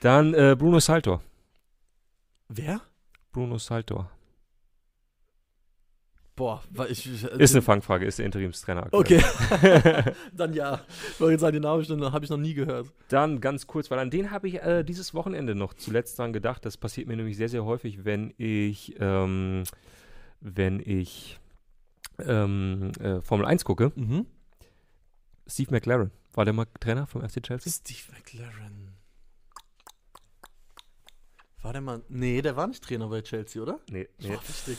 Speaker 2: Dann äh, Bruno Saltor.
Speaker 1: Wer?
Speaker 2: Bruno Saltor.
Speaker 1: Boah, war ich. ich-
Speaker 2: Ist eine Fangfrage, ist der Interimstrainer. aktuell.
Speaker 1: Äh, Okay, dann ja. Ich wollte jetzt sagen, den Namen habe ich noch nie gehört.
Speaker 2: Dann ganz kurz, weil an den habe ich äh, dieses Wochenende noch zuletzt dran gedacht. Das passiert mir nämlich sehr, sehr häufig, wenn ich, ähm, wenn ich ähm, äh, Formel 1 gucke.
Speaker 1: Mhm.
Speaker 2: Steve McLaren, war der mal Trainer vom FC Chelsea?
Speaker 1: Steve McLaren. War der mal. Nee, der war nicht Trainer bei Chelsea, oder?
Speaker 2: Nee,
Speaker 1: Boah, richtig.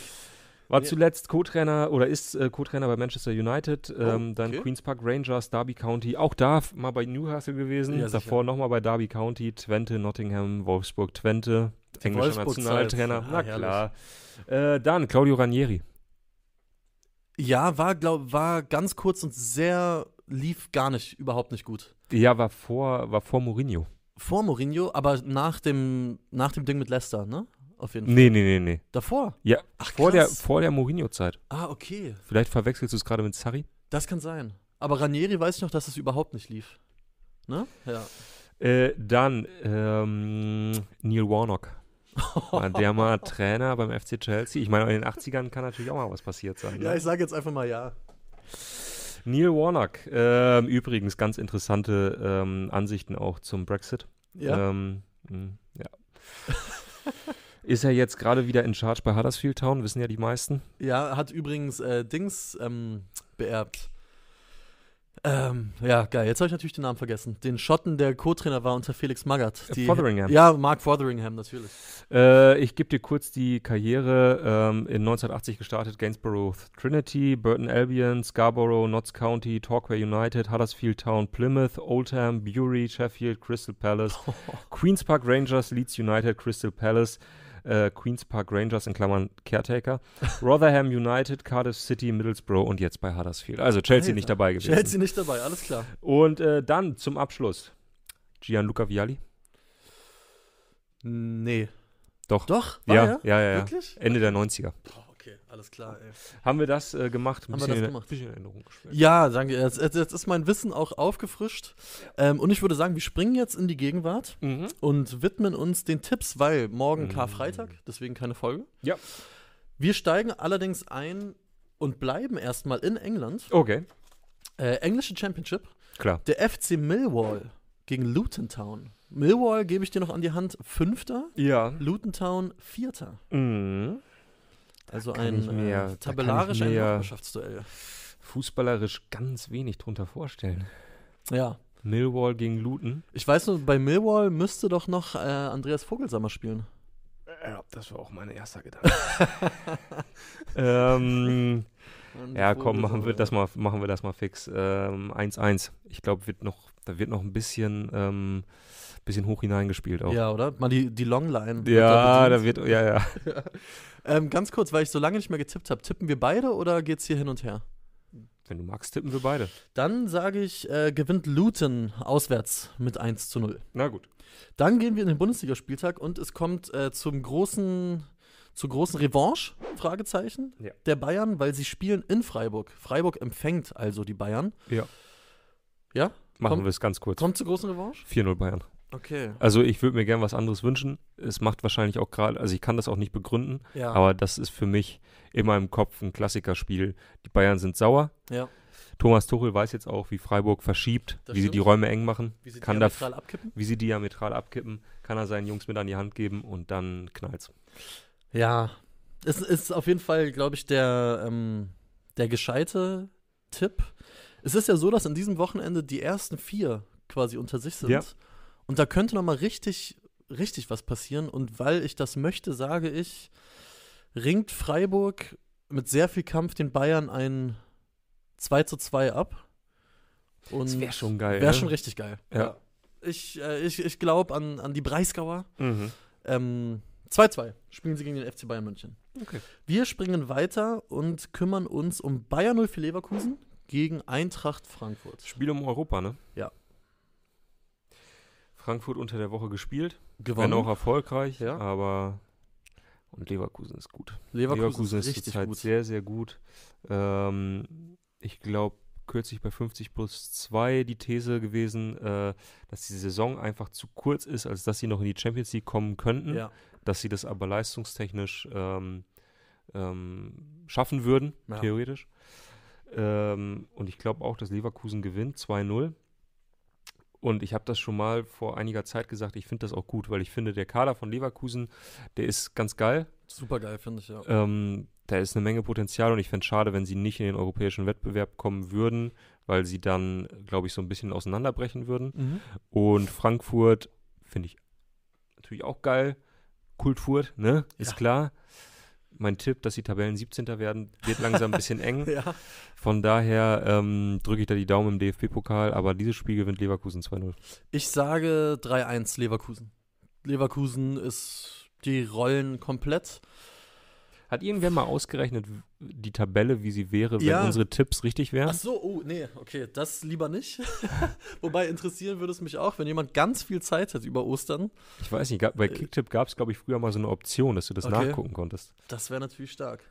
Speaker 2: War
Speaker 1: Nee.
Speaker 2: zuletzt Co-Trainer oder ist äh, Co-Trainer bei Manchester United, ähm, dann
Speaker 1: Oh, okay.
Speaker 2: Queens Park Rangers, Derby County, auch da f- mal bei Newcastle gewesen,
Speaker 1: Ja, sicher.
Speaker 2: davor nochmal bei Derby County, Twente, Nottingham, Wolfsburg, Twente, englischer
Speaker 1: Wolfsburg-Zeit.
Speaker 2: Nationaltrainer,
Speaker 1: Ah,
Speaker 2: na
Speaker 1: herrlich.
Speaker 2: klar. Äh, dann Claudio Ranieri.
Speaker 1: Ja, war, glaub, war ganz kurz und sehr. lief gar nicht, überhaupt nicht gut.
Speaker 2: Ja, war vor, war vor Mourinho.
Speaker 1: Vor Mourinho, aber nach dem, nach dem Ding mit Leicester, ne? Auf jeden Fall.
Speaker 2: Nee, nee, nee, nee.
Speaker 1: Davor.
Speaker 2: Mhm. Ja,
Speaker 1: Ach,
Speaker 2: vor der,
Speaker 1: krass.
Speaker 2: vor der Mourinho-Zeit.
Speaker 1: Ah, okay.
Speaker 2: Vielleicht verwechselst du es gerade mit Sarri.
Speaker 1: Das kann sein. Aber Ranieri weiß ich noch, dass es überhaupt nicht lief. Ne? Ja.
Speaker 2: Äh, dann ähm, Neil Warnock. War der mal Trainer beim FC Chelsea? Ich meine, in den 80ern kann natürlich auch mal was passiert sein.
Speaker 1: Ja,
Speaker 2: Ne?
Speaker 1: ich sage jetzt einfach mal ja.
Speaker 2: Neil Warnock, ähm, übrigens ganz interessante ähm, Ansichten auch zum Brexit.
Speaker 1: Ja.
Speaker 2: Ähm, mh, ja. Ist er jetzt gerade wieder in Charge bei Huddersfield Town, wissen ja die meisten.
Speaker 1: Ja, hat übrigens äh, Dings ähm, beerbt. Ähm, ja, geil. Jetzt habe ich natürlich den Namen vergessen. Den Schotten, der Co-Trainer war unter Felix Magath.
Speaker 2: Äh, Fotheringham.
Speaker 1: Ja, Mark Fotheringham, natürlich.
Speaker 2: Äh, ich gebe dir kurz die Karriere. Ähm, in 1980 gestartet Gainsborough Trinity, Burton Albion, Scarborough, Notts County, Torquay United, Huddersfield Town, Plymouth, Oldham, Bury, Sheffield, Crystal Palace, Queen's Park Rangers, Leeds United, Crystal Palace, äh, Queen's Park Rangers in Klammern Caretaker, Rotherham United, Cardiff City, Middlesbrough und jetzt bei Huddersfield. Also Chelsea
Speaker 1: Alter.
Speaker 2: nicht dabei gewesen.
Speaker 1: Chelsea nicht dabei, alles klar.
Speaker 2: Und äh, dann zum Abschluss Gianluca Vialli.
Speaker 1: Nee.
Speaker 2: Doch.
Speaker 1: Doch? War
Speaker 2: Ja,
Speaker 1: er?
Speaker 2: ja, ja, ja.
Speaker 1: Wirklich?
Speaker 2: Ende der 90er.
Speaker 1: Boah, okay, alles klar, ey.
Speaker 2: Haben wir das äh, gemacht? Ein
Speaker 1: Haben wir
Speaker 2: bisschen
Speaker 1: das
Speaker 2: in-
Speaker 1: gemacht?
Speaker 2: bisschen in Erinnerung geschwelgt.
Speaker 1: Ja, danke. Jetzt, jetzt, jetzt ist mein Wissen auch aufgefrischt. Ähm, und ich würde sagen, wir springen jetzt in die Gegenwart
Speaker 2: Mhm.
Speaker 1: und widmen uns den Tipps, weil morgen
Speaker 2: Mhm.
Speaker 1: Karfreitag, deswegen keine Folge.
Speaker 2: Ja.
Speaker 1: Wir steigen allerdings ein und bleiben erstmal in England.
Speaker 2: Okay,
Speaker 1: Äh, englische Championship.
Speaker 2: klar.
Speaker 1: Der FC Millwall gegen Luton Town. Millwall gebe ich dir noch an die Hand. Fünfter,
Speaker 2: Ja.
Speaker 1: Luton Town Vierter.
Speaker 2: Mhm.
Speaker 1: Also
Speaker 2: kann ich
Speaker 1: ein
Speaker 2: mir- da
Speaker 1: äh,
Speaker 2: kann ich
Speaker 1: tabellarisch ein
Speaker 2: mir-
Speaker 1: Nachbarschaftsduell.
Speaker 2: Fußballerisch ganz wenig drunter vorstellen.
Speaker 1: Ja.
Speaker 2: Millwall gegen Luton.
Speaker 1: Ich weiß nur, bei Millwall müsste doch noch äh, Andreas Vogelsammer spielen.
Speaker 2: Ja, das war auch mein erster Gedanke. ähm, ja, komm, machen wir das mal, machen wir das mal fix. Ähm, 1-1. ich glaube, wird noch, da wird noch ein bisschen, ähm, bisschen hoch hineingespielt auch.
Speaker 1: Ja, oder? Mal die, die Longline. wird
Speaker 2: Ja,
Speaker 1: da
Speaker 2: da
Speaker 1: bedient.
Speaker 2: wird, ja, ja.
Speaker 1: ähm, ganz kurz, weil ich so lange nicht mehr getippt habe. Tippen wir beide oder geht's hier hin und her?
Speaker 2: Wenn du magst, tippen wir beide.
Speaker 1: Dann sage ich, äh, gewinnt Luton auswärts mit 1 zu 0.
Speaker 2: Na gut.
Speaker 1: Dann gehen wir in den Bundesligaspieltag und es kommt äh, zum großen, zur großen Revanche, Fragezeichen,
Speaker 2: Ja.
Speaker 1: der Bayern, weil sie spielen in Freiburg. Freiburg empfängt also die Bayern.
Speaker 2: Ja.
Speaker 1: Ja?
Speaker 2: Machen
Speaker 1: Komm.
Speaker 2: wir es ganz kurz.
Speaker 1: Kommt zur großen Revanche?
Speaker 2: 4-0 Bayern.
Speaker 1: Okay.
Speaker 2: Also ich würde mir gern was anderes wünschen. Es macht wahrscheinlich auch gerade, also ich kann das auch nicht begründen,
Speaker 1: Ja.
Speaker 2: aber das ist für mich immer im Kopf ein Klassikerspiel. Die Bayern sind sauer.
Speaker 1: Ja.
Speaker 2: Thomas Tuchel weiß jetzt auch, wie Freiburg verschiebt,
Speaker 1: Das
Speaker 2: wie sie
Speaker 1: stimmt.
Speaker 2: die Räume eng machen,
Speaker 1: Wie sie
Speaker 2: kann da-
Speaker 1: diametral abkippen?
Speaker 2: wie sie diametral abkippen, kann er seinen Jungs mit an die Hand geben und dann knallt's.
Speaker 1: Ja. Es ist auf jeden Fall, glaube ich, der, ähm, der gescheite Tipp. Es ist ja so, dass an diesem Wochenende die ersten vier quasi unter sich sind.
Speaker 2: Ja.
Speaker 1: Und da könnte noch mal richtig, richtig was passieren. Und weil ich das möchte, sage ich, ringt Freiburg mit sehr viel Kampf den Bayern ein 2 zu 2 ab. Und
Speaker 2: Das wäre schon geil.
Speaker 1: Wäre
Speaker 2: ne?
Speaker 1: schon richtig geil.
Speaker 2: Ja.
Speaker 1: Ich, äh, ich, ich glaube an, an die Breisgauer.
Speaker 2: Mhm.
Speaker 1: Ähm, 2-2 spielen sie gegen den FC Bayern München.
Speaker 2: Okay.
Speaker 1: Wir springen weiter und kümmern uns um Bayern 04 Leverkusen gegen Eintracht Frankfurt.
Speaker 2: Spiel um Europa, ne?
Speaker 1: Ja.
Speaker 2: Frankfurt unter der Woche gespielt,
Speaker 1: Gewonnen.
Speaker 2: wenn auch erfolgreich,
Speaker 1: Ja.
Speaker 2: aber und Leverkusen ist gut.
Speaker 1: Leverkusen,
Speaker 2: Leverkusen
Speaker 1: ist
Speaker 2: ist
Speaker 1: richtig
Speaker 2: zurzeit
Speaker 1: gut.
Speaker 2: sehr, sehr gut. Ähm, ich glaube, kürzlich bei 50 plus 2 die These gewesen, äh, dass die Saison einfach zu kurz ist, als dass sie noch in die Champions League kommen könnten,
Speaker 1: Ja.
Speaker 2: dass sie das aber leistungstechnisch ähm, ähm, schaffen würden,
Speaker 1: Ja.
Speaker 2: theoretisch. Ähm, und ich glaube auch, dass Leverkusen gewinnt 2-0. Und ich habe das schon mal vor einiger Zeit gesagt, ich finde das auch gut, weil ich finde, der Kader von Leverkusen, der ist ganz geil.
Speaker 1: Super geil, finde ich, ja.
Speaker 2: Ähm, da ist eine Menge Potenzial und ich fände es schade, wenn sie nicht in den europäischen Wettbewerb kommen würden, weil sie dann, glaube ich, so ein bisschen auseinanderbrechen würden.
Speaker 1: Mhm.
Speaker 2: Und Frankfurt finde ich natürlich auch geil. Kultfurt, ne? Ist
Speaker 1: Ja.
Speaker 2: klar. Mein Tipp, dass die Tabellen 17. werden, wird langsam ein bisschen eng.
Speaker 1: Ja.
Speaker 2: Von daher ähm, drücke ich da die Daumen im DFB-Pokal, aber dieses Spiel gewinnt Leverkusen 2-0.
Speaker 1: Ich sage 3-1 Leverkusen. Leverkusen ist, die rollen komplett.
Speaker 2: Hat irgendwer mal ausgerechnet, w- die Tabelle, wie sie wäre, wenn
Speaker 1: Ja.
Speaker 2: unsere Tipps richtig
Speaker 1: Ach
Speaker 2: wären?
Speaker 1: so, oh, nee, okay, das lieber nicht. Wobei interessieren würde es mich auch, wenn jemand ganz viel Zeit hat über Ostern.
Speaker 2: Ich weiß nicht, gab, bei
Speaker 1: Äh,
Speaker 2: Kicktip gab es, glaube ich, früher mal so eine Option, dass du das
Speaker 1: Okay.
Speaker 2: nachgucken konntest.
Speaker 1: Das wäre natürlich stark.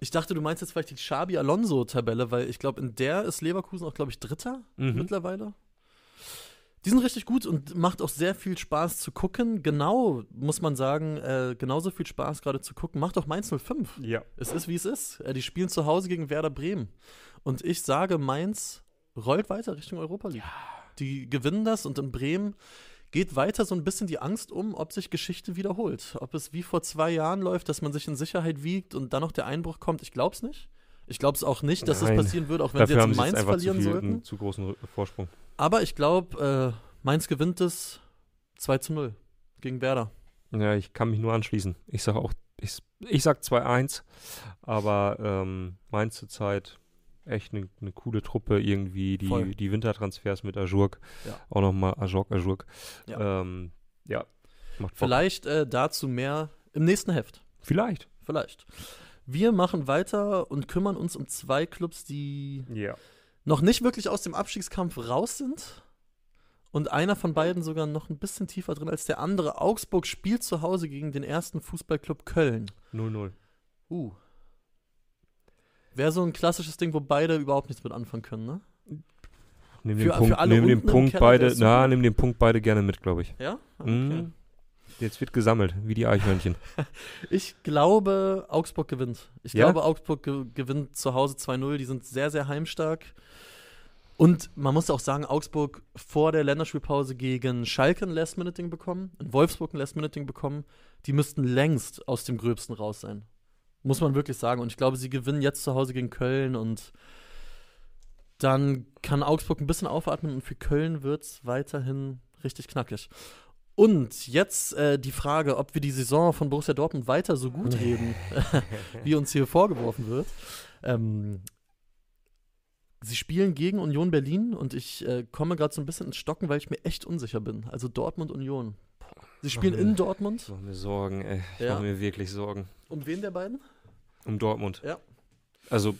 Speaker 1: Ich dachte, du meinst jetzt vielleicht die Xabi Alonso-Tabelle, weil ich glaube, in der ist Leverkusen auch, glaube ich, Dritter
Speaker 2: Mhm.
Speaker 1: mittlerweile. Die sind richtig gut und macht auch sehr viel Spaß zu gucken. Genau, muss man sagen, äh, genauso viel Spaß gerade zu gucken. Macht auch Mainz 05.
Speaker 2: Ja.
Speaker 1: Es ist, wie es ist. Äh, die spielen zu Hause gegen Werder Bremen. Und ich sage, Mainz rollt weiter Richtung Europa League. Die gewinnen das und in Bremen geht weiter so ein bisschen die Angst um, ob sich Geschichte wiederholt. Ob es wie vor zwei Jahren läuft, dass man sich in Sicherheit wiegt und dann noch der Einbruch kommt. Ich glaube es nicht. Ich glaube es auch nicht, dass
Speaker 2: Nein.
Speaker 1: das passieren würde, auch wenn
Speaker 2: Dafür
Speaker 1: sie
Speaker 2: haben
Speaker 1: jetzt
Speaker 2: sie jetzt
Speaker 1: Mainz
Speaker 2: einfach zu,
Speaker 1: verlieren
Speaker 2: viel,
Speaker 1: sollten.
Speaker 2: einen zu großen Rü- Vorsprung.
Speaker 1: Aber ich glaube, äh, Mainz gewinnt es 2 zu 0 gegen Werder.
Speaker 2: Ja, ich kann mich nur anschließen. Ich sage auch, ich, ich sag 2-1, aber ähm, Mainz zurzeit echt eine ne coole Truppe irgendwie.
Speaker 1: Voll.
Speaker 2: Die, die Wintertransfers mit Ajurk,
Speaker 1: Ja.
Speaker 2: auch nochmal Ajurk, Ajurk.
Speaker 1: Ja.
Speaker 2: Ja, ähm, ja macht Bock.
Speaker 1: Vielleicht äh, dazu mehr im nächsten Heft.
Speaker 2: Vielleicht.
Speaker 1: Vielleicht. Wir machen weiter und kümmern uns um zwei Clubs, die
Speaker 2: Ja.
Speaker 1: noch nicht wirklich aus dem Abstiegskampf raus sind. Und einer von beiden sogar noch ein bisschen tiefer drin als der andere. Augsburg spielt zu Hause gegen den ersten Fußballclub Köln.
Speaker 2: 0-0.
Speaker 1: Uh. Wäre so ein klassisches Ding, wo beide überhaupt nichts mit anfangen können, ne?
Speaker 2: Nimm
Speaker 1: Für-
Speaker 2: den
Speaker 1: für
Speaker 2: Punkt,
Speaker 1: alle
Speaker 2: nimm den
Speaker 1: unten im
Speaker 2: Punkt
Speaker 1: Keller, der
Speaker 2: beide,
Speaker 1: ist super.
Speaker 2: na, nimm den Punkt beide gerne mit, glaube ich.
Speaker 1: Ja? Ah,
Speaker 2: Mhm. Jetzt wird gesammelt, wie die Eichhörnchen.
Speaker 1: Ich glaube, Augsburg gewinnt. Ich
Speaker 2: Ja?
Speaker 1: glaube, Augsburg ge gewinnt zu Hause 2-0. Die sind sehr, sehr heimstark. Und man muss auch sagen, Augsburg vor der Länderspielpause gegen Schalke ein Last-Minute-Ding bekommen, in Wolfsburg ein Last-Minute-Ding bekommen. Die müssten längst aus dem Gröbsten raus sein. Muss man wirklich sagen. Und ich glaube, sie gewinnen jetzt zu Hause gegen Köln und dann kann Augsburg ein bisschen aufatmen und für Köln wird es weiterhin richtig knackig. Und jetzt äh, die Frage, ob wir die Saison von Borussia Dortmund weiter so gut reden, wie uns hier vorgeworfen wird. Ähm, sie spielen gegen Union Berlin und ich äh, komme gerade so ein bisschen ins Stocken, weil ich mir echt unsicher bin. Also Dortmund Union. Sie spielen
Speaker 2: Ach,
Speaker 1: in
Speaker 2: nee.
Speaker 1: Dortmund.
Speaker 2: Ich mache mir Sorgen, ey. Ich
Speaker 1: Ja.
Speaker 2: mache mir wirklich Sorgen.
Speaker 1: Um wen der beiden?
Speaker 2: Um Dortmund.
Speaker 1: Ja.
Speaker 2: Also,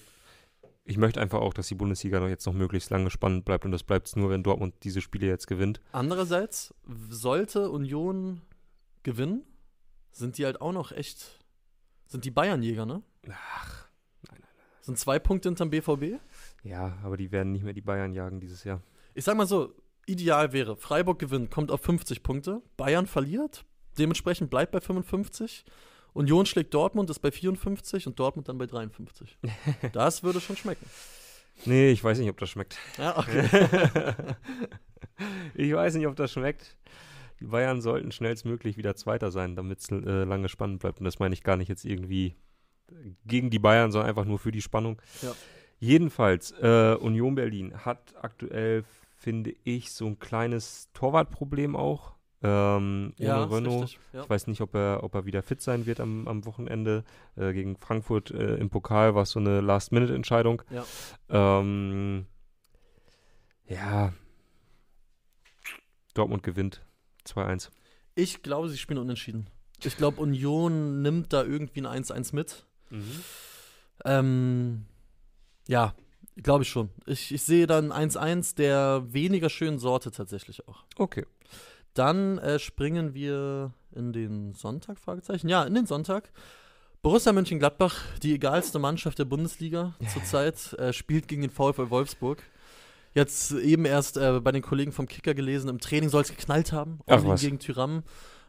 Speaker 2: ich möchte einfach auch, dass die Bundesliga noch jetzt noch möglichst lange spannend bleibt. Und das bleibt es nur, wenn Dortmund diese Spiele jetzt gewinnt.
Speaker 1: Andererseits, w- sollte Union gewinnen, sind die halt auch noch echt, sind die Bayernjäger, ne?
Speaker 2: Ach,
Speaker 1: Sind zwei Punkte hinterm BVB.
Speaker 2: ja, aber die werden nicht mehr die Bayern jagen dieses Jahr.
Speaker 1: Ich sag mal so, ideal wäre, Freiburg gewinnt, kommt auf 50 Punkte, Bayern verliert, dementsprechend bleibt bei 55, Union schlägt Dortmund, ist bei 54 und Dortmund dann bei 53. Das würde schon schmecken.
Speaker 2: Nee, ich weiß nicht, ob das schmeckt.
Speaker 1: Ja, okay.
Speaker 2: ich weiß nicht, ob das schmeckt. Die Bayern sollten schnellstmöglich wieder Zweiter sein, damit es äh, lange spannend bleibt. Und das meine ich gar nicht jetzt irgendwie gegen die Bayern, sondern einfach nur für die Spannung.
Speaker 1: Ja.
Speaker 2: Jedenfalls, äh, Union Berlin hat aktuell, finde ich, so ein kleines Torwartproblem auch. Ähm, ohne
Speaker 1: ja, ist
Speaker 2: Renault.
Speaker 1: richtig. Ja.
Speaker 2: Ich weiß nicht, ob er, ob er wieder fit sein wird am, am Wochenende. Äh, gegen Frankfurt äh, im Pokal war es so eine Last-Minute-Entscheidung.
Speaker 1: Ja.
Speaker 2: Ähm, ja. Dortmund gewinnt 2-1.
Speaker 1: Ich glaube, sie spielen unentschieden. Ich glaube, Union nimmt da irgendwie ein 1-1 mit. Mhm. Ähm, ja, glaube ich schon. Ich, ich sehe dann 1-1 der weniger schönen Sorte tatsächlich auch.
Speaker 2: Okay.
Speaker 1: Dann äh, springen wir in den Sonntag, Fragezeichen. Ja, in den Sonntag. Borussia Mönchengladbach, die egalste Mannschaft der Bundesliga zurzeit, äh, spielt gegen den VfL Wolfsburg. Jetzt eben erst äh, bei den Kollegen vom Kicker gelesen, im Training soll es geknallt haben,
Speaker 2: Ach
Speaker 1: Omlin
Speaker 2: was.
Speaker 1: gegen Tyram.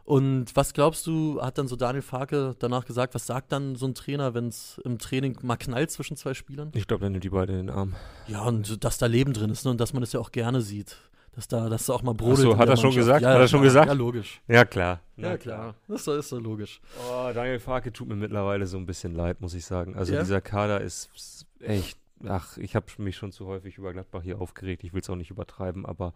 Speaker 1: Und was glaubst du, hat dann so Daniel Farke danach gesagt, was sagt dann so ein Trainer, wenn es im Training mal knallt zwischen zwei Spielern?
Speaker 2: Ich glaube, dann nimmt die beide in den Arm.
Speaker 1: Ja, und dass da Leben drin ist ne? und dass man das ja auch gerne sieht. Dass da, dass da auch mal
Speaker 2: Ach
Speaker 1: brodelt.
Speaker 2: so,
Speaker 1: in
Speaker 2: hat
Speaker 1: der
Speaker 2: er schon
Speaker 1: Mannschaft.
Speaker 2: gesagt?
Speaker 1: Ja,
Speaker 2: Hat
Speaker 1: ja,
Speaker 2: er schon
Speaker 1: klar.
Speaker 2: gesagt?
Speaker 1: Ja, logisch.
Speaker 2: Ja, klar.
Speaker 1: Ja, klar. Das ist doch- ist doch logisch.
Speaker 2: Oh, Daniel Farke tut mir mittlerweile so ein bisschen leid, muss ich sagen. Also
Speaker 1: Ja?
Speaker 2: dieser Kader ist echt, ach, ich habe mich schon zu häufig über Gladbach hier aufgeregt. Ich will es auch nicht übertreiben, aber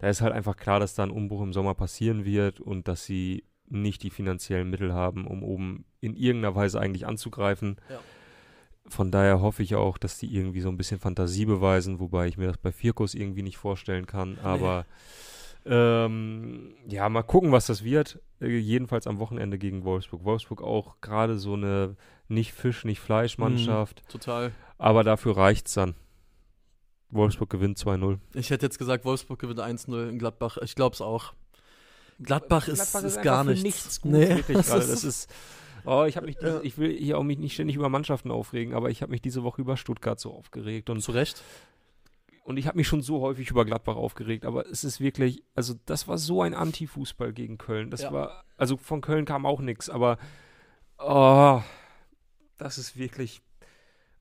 Speaker 2: da ist halt einfach klar, dass da ein Umbruch im Sommer passieren wird und dass sie nicht die finanziellen Mittel haben, um oben in irgendeiner Weise eigentlich anzugreifen.
Speaker 1: Ja.
Speaker 2: Von daher hoffe ich auch, dass die irgendwie so ein bisschen Fantasie beweisen, wobei ich mir das bei Firkus irgendwie nicht vorstellen kann. Aber ähm, ja, mal gucken, was das wird. Äh, jedenfalls am Wochenende gegen Wolfsburg. Wolfsburg auch gerade so eine nicht Fisch, nicht
Speaker 1: Mhm.
Speaker 2: Fleisch-Mannschaft.
Speaker 1: Total.
Speaker 2: Aber dafür reicht's dann. Wolfsburg gewinnt 2-0.
Speaker 1: Ich hätte jetzt gesagt, Wolfsburg gewinnt 1-0 in Gladbach. Ich glaube es auch. Gladbach, ist, ist, gar nichts.
Speaker 2: gut,
Speaker 1: Nee,
Speaker 2: wirklich
Speaker 1: das
Speaker 2: gerade.
Speaker 1: ist-
Speaker 2: Das ist. Oh, ich habe mich, diese-
Speaker 1: Ja.
Speaker 2: ich will hier auch mich nicht ständig über Mannschaften aufregen, aber ich habe mich diese Woche über Stuttgart so aufgeregt und
Speaker 1: Zu Recht.
Speaker 2: Und ich habe mich schon so häufig über Gladbach aufgeregt, aber es ist wirklich, also das war so ein Anti-Fußball gegen Köln. Das
Speaker 1: Ja.
Speaker 2: war, also von Köln kam auch nichts, aber oh, das ist wirklich,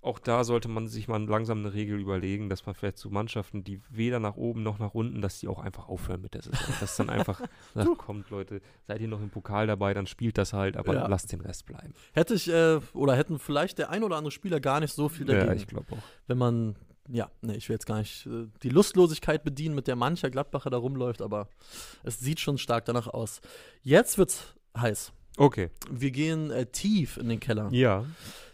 Speaker 2: auch da sollte man sich mal langsam eine Regel überlegen, dass man vielleicht zu Mannschaften, die weder nach oben noch nach unten, dass die auch einfach aufhören mit der Saison. Dass dann einfach sagt, kommt Leute, seid ihr noch im Pokal dabei, dann spielt das halt, aber
Speaker 1: Ja.
Speaker 2: lasst den Rest bleiben.
Speaker 1: Hätte ich, äh, oder hätten vielleicht der ein oder andere Spieler gar nicht so viel dagegen.
Speaker 2: Ja, ich glaube auch.
Speaker 1: wenn man, ja, nee, ich will jetzt gar nicht äh, die Lustlosigkeit bedienen, mit der mancher Gladbacher da rumläuft, aber es sieht schon stark danach aus. Jetzt wird's heiß.
Speaker 2: Okay.
Speaker 1: Wir gehen äh, tief in den Keller.
Speaker 2: Ja.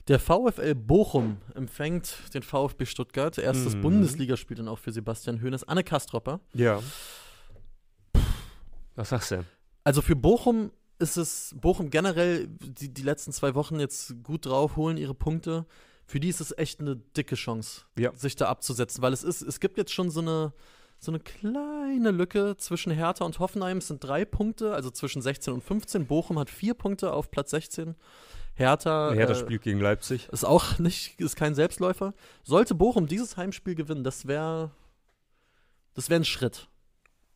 Speaker 1: Der VfL Bochum empfängt den VfB Stuttgart. Erstes
Speaker 2: Mhm.
Speaker 1: Bundesligaspiel dann auch für Sebastian Hoeneß. Anne Kastropper.
Speaker 2: Ja. Was sagst du?
Speaker 1: Also für Bochum ist es, Bochum generell, die, die letzten zwei Wochen jetzt gut drauf, holen ihre Punkte. Für die ist es echt eine dicke Chance,
Speaker 2: Ja.
Speaker 1: sich da abzusetzen, weil es ist, es gibt jetzt schon so eine, so eine kleine Lücke zwischen Hertha und Hoffenheim. Es sind drei Punkte, also zwischen 16 und 15. Bochum hat vier Punkte auf Platz 16. Hertha,
Speaker 2: Ja, das
Speaker 1: äh,
Speaker 2: Spiel gegen Leipzig.
Speaker 1: ist auch nicht, ist kein Selbstläufer. Sollte Bochum dieses Heimspiel gewinnen, das wäre, das wäre ein Schritt.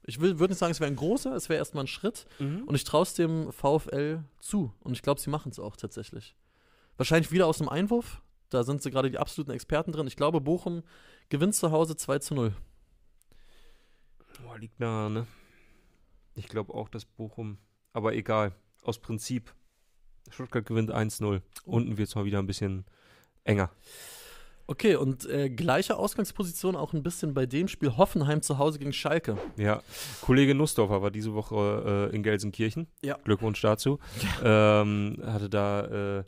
Speaker 1: Ich würde nicht sagen, es wäre ein großer, es wäre erstmal ein Schritt.
Speaker 2: mhm.
Speaker 1: Und ich traue es dem VfL zu. Und ich glaube, sie machen es auch tatsächlich. Wahrscheinlich wieder aus dem Einwurf. Da sind sie gerade die absoluten Experten drin. Ich glaube, Bochum gewinnt zu Hause 2 zu 0.
Speaker 2: Boah, liegt nah, ne? Ich glaube auch, dass Bochum. Aber egal. Aus Prinzip. Stuttgart gewinnt 1-0. Unten wird es mal wieder ein bisschen enger.
Speaker 1: Okay, und äh, gleiche Ausgangsposition auch ein bisschen bei dem Spiel Hoffenheim zu Hause gegen Schalke.
Speaker 2: Ja. Kollege Nussdorfer war diese Woche äh, in Gelsenkirchen.
Speaker 1: Ja.
Speaker 2: Glückwunsch dazu. Ähm, hatte da äh,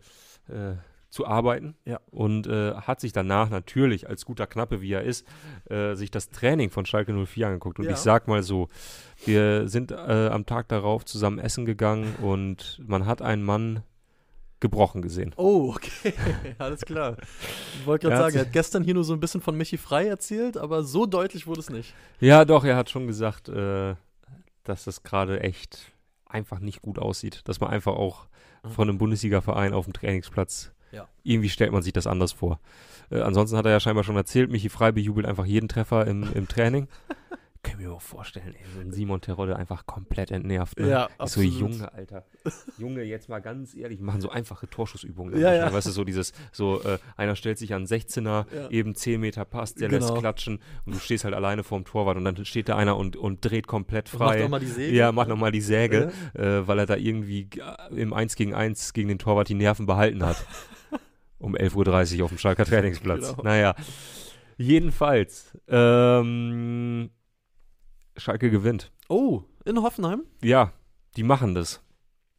Speaker 2: äh, zu arbeiten.
Speaker 1: Ja.
Speaker 2: Und äh, hat sich danach natürlich, als guter Knappe wie er ist, äh, sich das Training von Schalke 04 angeguckt. Und
Speaker 1: Ja.
Speaker 2: ich sag mal so, wir sind äh, am Tag darauf zusammen essen gegangen und man hat einen Mann gebrochen gesehen.
Speaker 1: Oh, okay, alles klar. Ich wollte
Speaker 2: Er
Speaker 1: gerade
Speaker 2: hat
Speaker 1: sagen, er
Speaker 2: sich-
Speaker 1: hat gestern hier nur so ein bisschen von Michi Frei erzählt, aber so deutlich wurde es nicht.
Speaker 2: Ja, doch, er hat schon gesagt, äh, dass das gerade echt einfach nicht gut aussieht. Dass man einfach auch
Speaker 1: Mhm.
Speaker 2: von einem Bundesliga-Verein auf dem Trainingsplatz,
Speaker 1: Ja.
Speaker 2: irgendwie stellt man sich das anders vor. Äh, ansonsten hat er ja scheinbar schon erzählt, Michi Frei bejubelt einfach jeden Treffer im, im Training. Können wir auch vorstellen, ey, so ein Simon Terodde einfach komplett entnervt. Ne? Ist so Junge, Alter. Junge, jetzt mal ganz ehrlich, machen so einfache Torschussübungen.
Speaker 1: Ja, ja.
Speaker 2: Weißt du, so dieses, so äh, einer stellt sich an 16er,
Speaker 1: Ja.
Speaker 2: eben 10 Meter passt, der lässt
Speaker 1: Genau.
Speaker 2: klatschen und du stehst halt alleine vorm Torwart und dann steht da einer und, und dreht komplett
Speaker 1: Macht
Speaker 2: frei.
Speaker 1: auch mal die Säge.
Speaker 2: ja, mach nochmal die Säge, äh, weil er da irgendwie g- im 1 gegen 1 gegen den Torwart die Nerven behalten hat. um 11.30 Uhr auf dem Schalker Trainingsplatz.
Speaker 1: Genau.
Speaker 2: Naja, jedenfalls, ähm, Schalke gewinnt.
Speaker 1: Oh, in Hoffenheim?
Speaker 2: Ja, die machen das.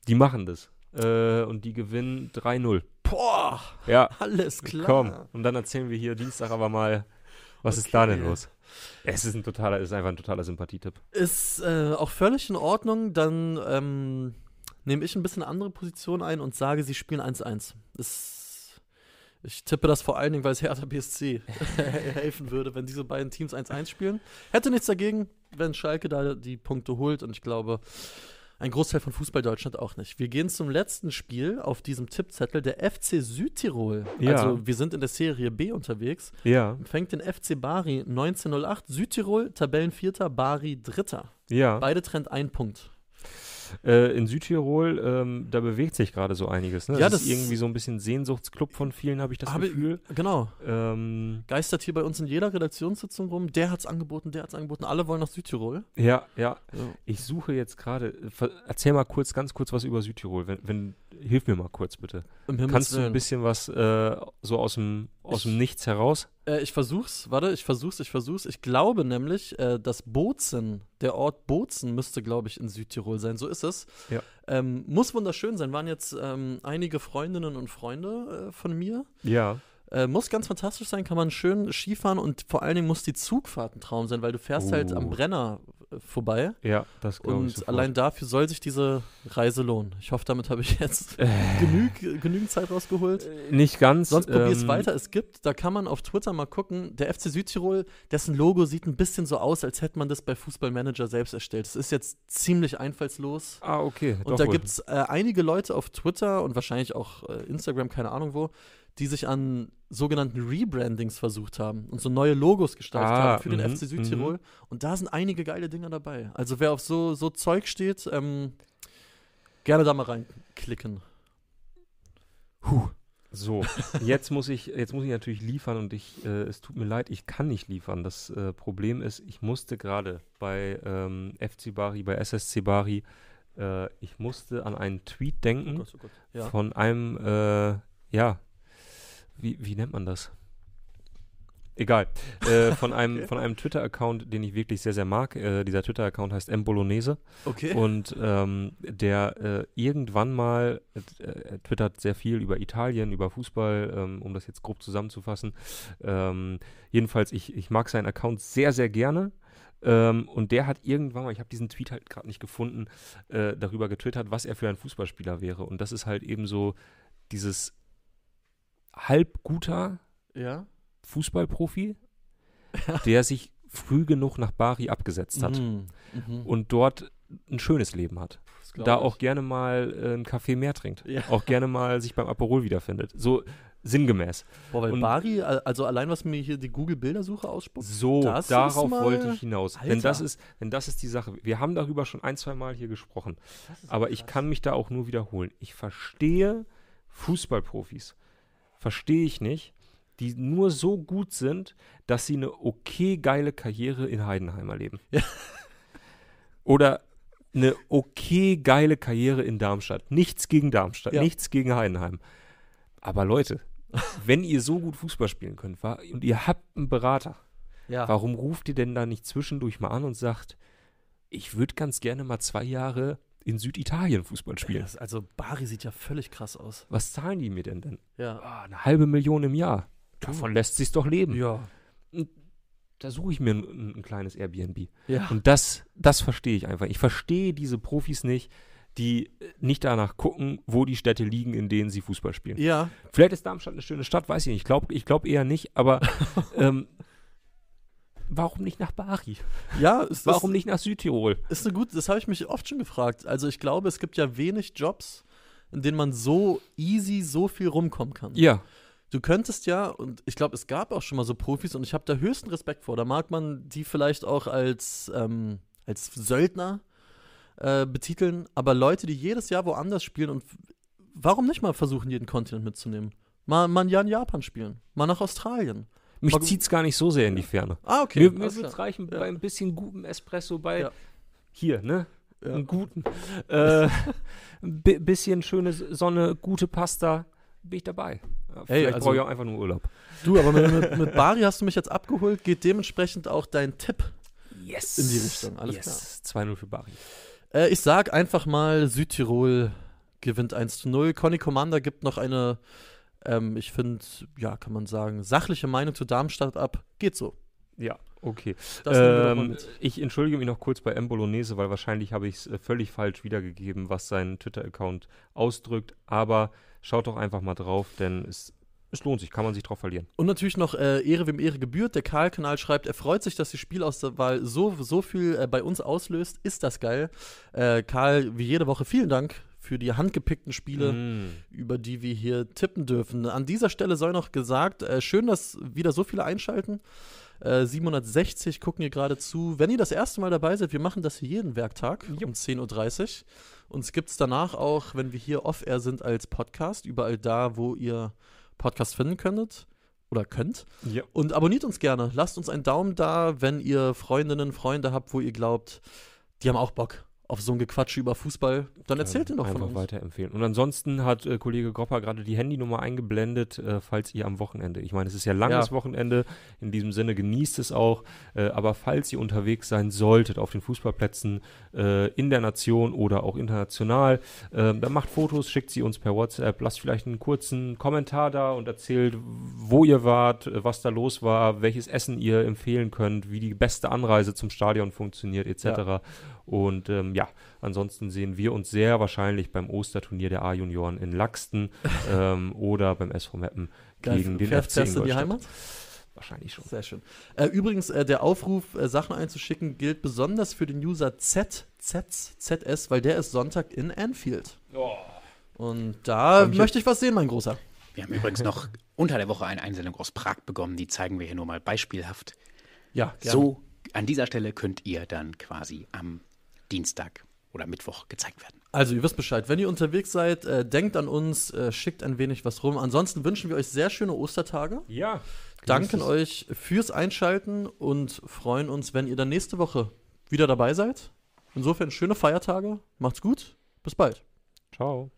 Speaker 2: Die machen das. Äh, und die gewinnen 3-0.
Speaker 1: Boah,
Speaker 2: Ja,
Speaker 1: alles klar.
Speaker 2: komm. Und dann erzählen wir hier Dienstag aber mal, was ist da denn
Speaker 1: Okay.
Speaker 2: los? Es ist ein totaler, ist einfach ein totaler Sympathietipp.
Speaker 1: Ist äh, auch völlig in Ordnung. Dann ähm, nehme ich ein bisschen andere Position ein und sage, sie spielen 1-1. Ist- Ich tippe das vor allen Dingen, weil es Hertha BSC helfen würde, wenn diese beiden Teams 1-1 spielen. Hätte nichts dagegen, wenn Schalke da die Punkte holt und ich glaube, ein Großteil von Fußball Deutschland auch nicht. Wir gehen zum letzten Spiel auf diesem Tippzettel, der FC Südtirol.
Speaker 2: Ja.
Speaker 1: Also wir sind in der Serie B unterwegs.
Speaker 2: Ja,
Speaker 1: Empfängt den FC Bari 1908, Südtirol, Tabellenvierter, Bari Dritter.
Speaker 2: ja.
Speaker 1: Beide trennt ein Punkt.
Speaker 2: Äh, in Südtirol, ähm, da bewegt sich gerade so einiges. Ne?
Speaker 1: Ja,
Speaker 2: das
Speaker 1: das-
Speaker 2: ist irgendwie so ein bisschen Sehnsuchtsclub von vielen, habe ich das
Speaker 1: Habe-
Speaker 2: Gefühl.
Speaker 1: Genau.
Speaker 2: Ähm,
Speaker 1: Geistert hier bei uns in jeder Redaktionssitzung rum. Der hat's angeboten, der hat's angeboten. Alle wollen nach Südtirol.
Speaker 2: ja, ja.
Speaker 1: Ja.
Speaker 2: Ich suche jetzt gerade, ver- erzähl mal kurz, ganz kurz was über Südtirol. Wenn, wenn, hilf mir mal kurz bitte.
Speaker 1: Im Himmels
Speaker 2: Kannst du ein
Speaker 1: Willen.
Speaker 2: bisschen was äh, so aus dem, aus dem
Speaker 1: Ich-
Speaker 2: Nichts heraus?
Speaker 1: Äh, ich versuch's, warte, ich versuch's, ich versuch's. Ich glaube nämlich, äh, dass Bozen, der Ort Bozen, müsste, glaube ich, in Südtirol sein. So ist es.
Speaker 2: Ja.
Speaker 1: Ähm, muss wunderschön sein. Waren jetzt ähm, einige Freundinnen und Freunde äh, von mir.
Speaker 2: Ja.
Speaker 1: Äh, muss ganz fantastisch sein, kann man schön Skifahren und vor allen Dingen muss die Zugfahrt ein Traum sein, weil du fährst halt
Speaker 2: Oh.
Speaker 1: am Brenner äh, vorbei.
Speaker 2: Ja, das glaube ich.
Speaker 1: Und
Speaker 2: sofort.
Speaker 1: allein dafür soll sich diese Reise lohnen. Ich hoffe, damit habe ich jetzt genüg, genügend Zeit rausgeholt.
Speaker 2: Äh, nicht ganz.
Speaker 1: Sonst probier es
Speaker 2: ähm,
Speaker 1: weiter. Es gibt, da kann man auf Twitter mal gucken, der FC Südtirol, dessen Logo sieht ein bisschen so aus, als hätte man das bei Fußballmanager selbst erstellt. Es ist jetzt ziemlich einfallslos.
Speaker 2: Ah, okay.
Speaker 1: Und da gibt es äh, einige Leute auf Twitter und wahrscheinlich auch äh, Instagram, keine Ahnung wo, die sich an sogenannten Rebrandings versucht haben und so neue Logos gestaltet
Speaker 2: Ah,
Speaker 1: haben für den
Speaker 2: mhm,
Speaker 1: FC Südtirol. Und da sind einige geile Dinger dabei. Also wer auf so, so Zeug steht, ähm, gerne da mal
Speaker 2: Mhm.
Speaker 1: reinklicken.
Speaker 2: So, jetzt muss ich, jetzt muss ich natürlich liefern und ich, äh, es tut mir leid, ich kann nicht liefern. Das äh, Problem ist, ich musste gerade bei ähm, FC Bari, bei SSC Bari, äh, ich musste an einen Tweet
Speaker 1: Oh
Speaker 2: denken
Speaker 1: Ja.
Speaker 2: von einem, äh, ja, wie, wie nennt man das? Egal. Äh, von einem,
Speaker 1: Okay.
Speaker 2: von einem Twitter-Account, den ich wirklich sehr, sehr mag. Äh, dieser Twitter-Account heißt M Bolognese.
Speaker 1: Okay.
Speaker 2: Und ähm, der äh, irgendwann mal, äh, er twittert sehr viel über Italien, über Fußball, ähm, um das jetzt grob zusammenzufassen. Ähm, jedenfalls, ich, ich mag seinen Account sehr, sehr gerne. Ähm, und der hat irgendwann mal, ich habe diesen Tweet halt gerade nicht gefunden, äh, darüber getwittert, was er für ein Fußballspieler wäre. Und das ist halt eben so dieses halb guter
Speaker 1: ja.
Speaker 2: Fußballprofi, der sich früh genug nach Bari abgesetzt hat
Speaker 1: Mhm. Mhm.
Speaker 2: und dort ein schönes Leben hat
Speaker 1: Das glaub
Speaker 2: da
Speaker 1: ich.
Speaker 2: auch gerne mal äh, einen Kaffee mehr trinkt.
Speaker 1: Ja.
Speaker 2: Auch gerne mal sich beim Aperol wiederfindet. So sinngemäß.
Speaker 1: Boah, weil
Speaker 2: und-
Speaker 1: Bari, al- also allein was mir hier die Google-Bildersuche ausspuckt.
Speaker 2: So,
Speaker 1: Das ist
Speaker 2: darauf
Speaker 1: mal-
Speaker 2: wollte ich hinaus. Denn
Speaker 1: Alter.
Speaker 2: das, ist, denn das ist die Sache. Wir haben darüber schon ein, zwei Mal hier gesprochen. Aber ich kann mich da auch nur wiederholen. Ich verstehe Fußballprofis. Verstehe ich nicht. Die nur so gut sind, dass sie eine okay geile Karriere in Heidenheim erleben. Oder eine okay geile Karriere in Darmstadt. Nichts gegen Darmstadt,
Speaker 1: Ja.
Speaker 2: nichts gegen Heidenheim. Aber Leute, wenn ihr so gut Fußball spielen könnt wa- und ihr habt einen Berater,
Speaker 1: Ja.
Speaker 2: warum ruft ihr denn da nicht zwischendurch mal an und sagt, ich würde ganz gerne mal zwei Jahre in Süditalien Fußball spielen?
Speaker 1: Das- Also Bari sieht ja völlig krass aus.
Speaker 2: Was zahlen die mir denn denn?
Speaker 1: Ja.
Speaker 2: Ah, eine halbe Million im Jahr. Davon lässt sich's doch leben.
Speaker 1: Ja.
Speaker 2: Da suche ich mir ein, ein, ein kleines Airbnb.
Speaker 1: Ja.
Speaker 2: Und das, das verstehe ich einfach. Ich verstehe diese Profis nicht, die äh, nicht danach gucken, wo die Städte liegen, in denen sie Fußball spielen.
Speaker 1: Ja.
Speaker 2: Vielleicht ist Darmstadt eine schöne Stadt, weiß ich nicht. Ich glaube ich glaub eher nicht, aber ähm, warum nicht nach Bari?
Speaker 1: Ja, ist, das,
Speaker 2: Warum nicht nach Südtirol?
Speaker 1: ist eine gute, das habe ich mich oft schon gefragt. Also ich glaube, es gibt ja wenig Jobs, in denen man so easy so viel rumkommen kann.
Speaker 2: Ja,
Speaker 1: Du könntest ja, und ich glaube, es gab auch schon mal so Profis und ich habe da höchsten Respekt vor. Da mag man die vielleicht auch als, ähm, als Söldner äh, betiteln, aber Leute, die jedes Jahr woanders spielen und f- warum nicht mal versuchen, jeden Kontinent mitzunehmen? Mal, mal ein Jahr in Japan spielen, mal nach Australien.
Speaker 2: mich
Speaker 1: Aber-
Speaker 2: zieht's gar nicht so sehr in die Ferne.
Speaker 1: Ah, okay.
Speaker 2: mir mir
Speaker 1: alles
Speaker 2: würde
Speaker 1: klar.
Speaker 2: reichen
Speaker 1: Ja.
Speaker 2: bei ein bisschen gutem Espresso, bei
Speaker 1: Ja.
Speaker 2: hier, ne?
Speaker 1: Ja.
Speaker 2: Einen guten. Äh, bi bisschen schöne Sonne, gute Pasta, bin ich dabei. Ja, Vielleicht
Speaker 1: also-
Speaker 2: brauche ich auch einfach nur Urlaub.
Speaker 1: Du, aber mit, mit, mit Bari hast du mich jetzt abgeholt, geht dementsprechend auch dein Tipp
Speaker 2: Yes.
Speaker 1: In die Richtung, alles
Speaker 2: yes. klar. 2-0 für Bari.
Speaker 1: Äh, ich sag einfach mal, Südtirol gewinnt 1 zu 0. Conny Commander gibt noch eine, ähm, ich finde, ja, kann man sagen, sachliche Meinung zu Darmstadt ab. Geht so.
Speaker 2: Ja, okay.
Speaker 1: Das nehmen wir doch mal
Speaker 2: Ähm,
Speaker 1: mit.
Speaker 2: ich entschuldige mich noch kurz bei M. Bolognese, weil wahrscheinlich habe ich es äh, völlig falsch wiedergegeben, was sein Twitter-Account ausdrückt. Aber schaut doch einfach mal drauf, denn es, es lohnt sich, kann man sich drauf verlieren.
Speaker 1: Und natürlich noch äh, Ehre, wem Ehre gebührt. Der Karl-Kanal schreibt, er freut sich, dass die Spielauswahl so, so viel äh, bei uns auslöst. Ist das geil. Äh, Karl, wie jede Woche, vielen Dank für die handgepickten Spiele.
Speaker 2: Mm.
Speaker 1: über die wir hier tippen dürfen. An dieser Stelle sei noch gesagt, äh, schön, dass wieder so viele einschalten. Äh, 760 gucken hier gerade zu. Wenn ihr das erste Mal dabei seid, wir machen das hier jeden Werktag um 10.30 Uhr. Uns gibt es danach auch, wenn wir hier off-air sind, als Podcast, überall da, wo ihr Podcast finden könntet oder könnt.
Speaker 2: Ja.
Speaker 1: Und abonniert uns gerne. Lasst uns einen Daumen da, wenn ihr Freundinnen, Freunde habt, wo ihr glaubt, die haben auch Bock auf so ein Gequatsche über Fußball. Dann erzählt
Speaker 2: Ähm,
Speaker 1: ihnen doch von
Speaker 2: einfach
Speaker 1: uns.
Speaker 2: weiterempfehlen. Und ansonsten hat äh, Kollege Gropper gerade die Handynummer eingeblendet, äh, falls ihr am Wochenende, ich meine, es ist ja langes
Speaker 1: Ja.
Speaker 2: Wochenende, in diesem Sinne genießt es auch, äh, aber falls ihr unterwegs sein solltet auf den Fußballplätzen äh, in der Nation oder auch international, äh, dann macht Fotos, schickt sie uns per WhatsApp, lasst vielleicht einen kurzen Kommentar da und erzählt, wo ihr wart, äh, was da los war, welches Essen ihr empfehlen könnt, wie die beste Anreise zum Stadion funktioniert, etc. Und ähm, ja, Ansonsten sehen wir uns sehr wahrscheinlich beim Osterturnier der A-Junioren in Laxten ähm, oder beim SV Meppen gegen den
Speaker 1: Fährst
Speaker 2: FC
Speaker 1: du in die
Speaker 2: Ingolstadt.
Speaker 1: Heimat?
Speaker 2: Wahrscheinlich schon.
Speaker 1: Sehr schön. Äh, übrigens, äh, der Aufruf, äh, Sachen einzuschicken, gilt besonders für den User Z, Z, ZS, weil der ist Sonntag in Anfield. Und da
Speaker 2: Hab ich
Speaker 1: möchte ich was sehen, mein Großer.
Speaker 3: Wir haben übrigens noch unter der Woche eine Einsendung aus Prag bekommen, die zeigen wir hier nur mal beispielhaft.
Speaker 1: Ja,
Speaker 3: So, an dieser Stelle könnt ihr dann quasi am Dienstag oder Mittwoch gezeigt werden.
Speaker 1: Also ihr wisst Bescheid, wenn ihr unterwegs seid, äh, denkt an uns, äh, schickt ein wenig was rum. Ansonsten wünschen wir euch sehr schöne Ostertage,
Speaker 2: Ja.
Speaker 1: danken euch fürs Einschalten und freuen uns, wenn ihr dann nächste Woche wieder dabei seid. Insofern schöne Feiertage, macht's gut, bis bald.
Speaker 2: Ciao.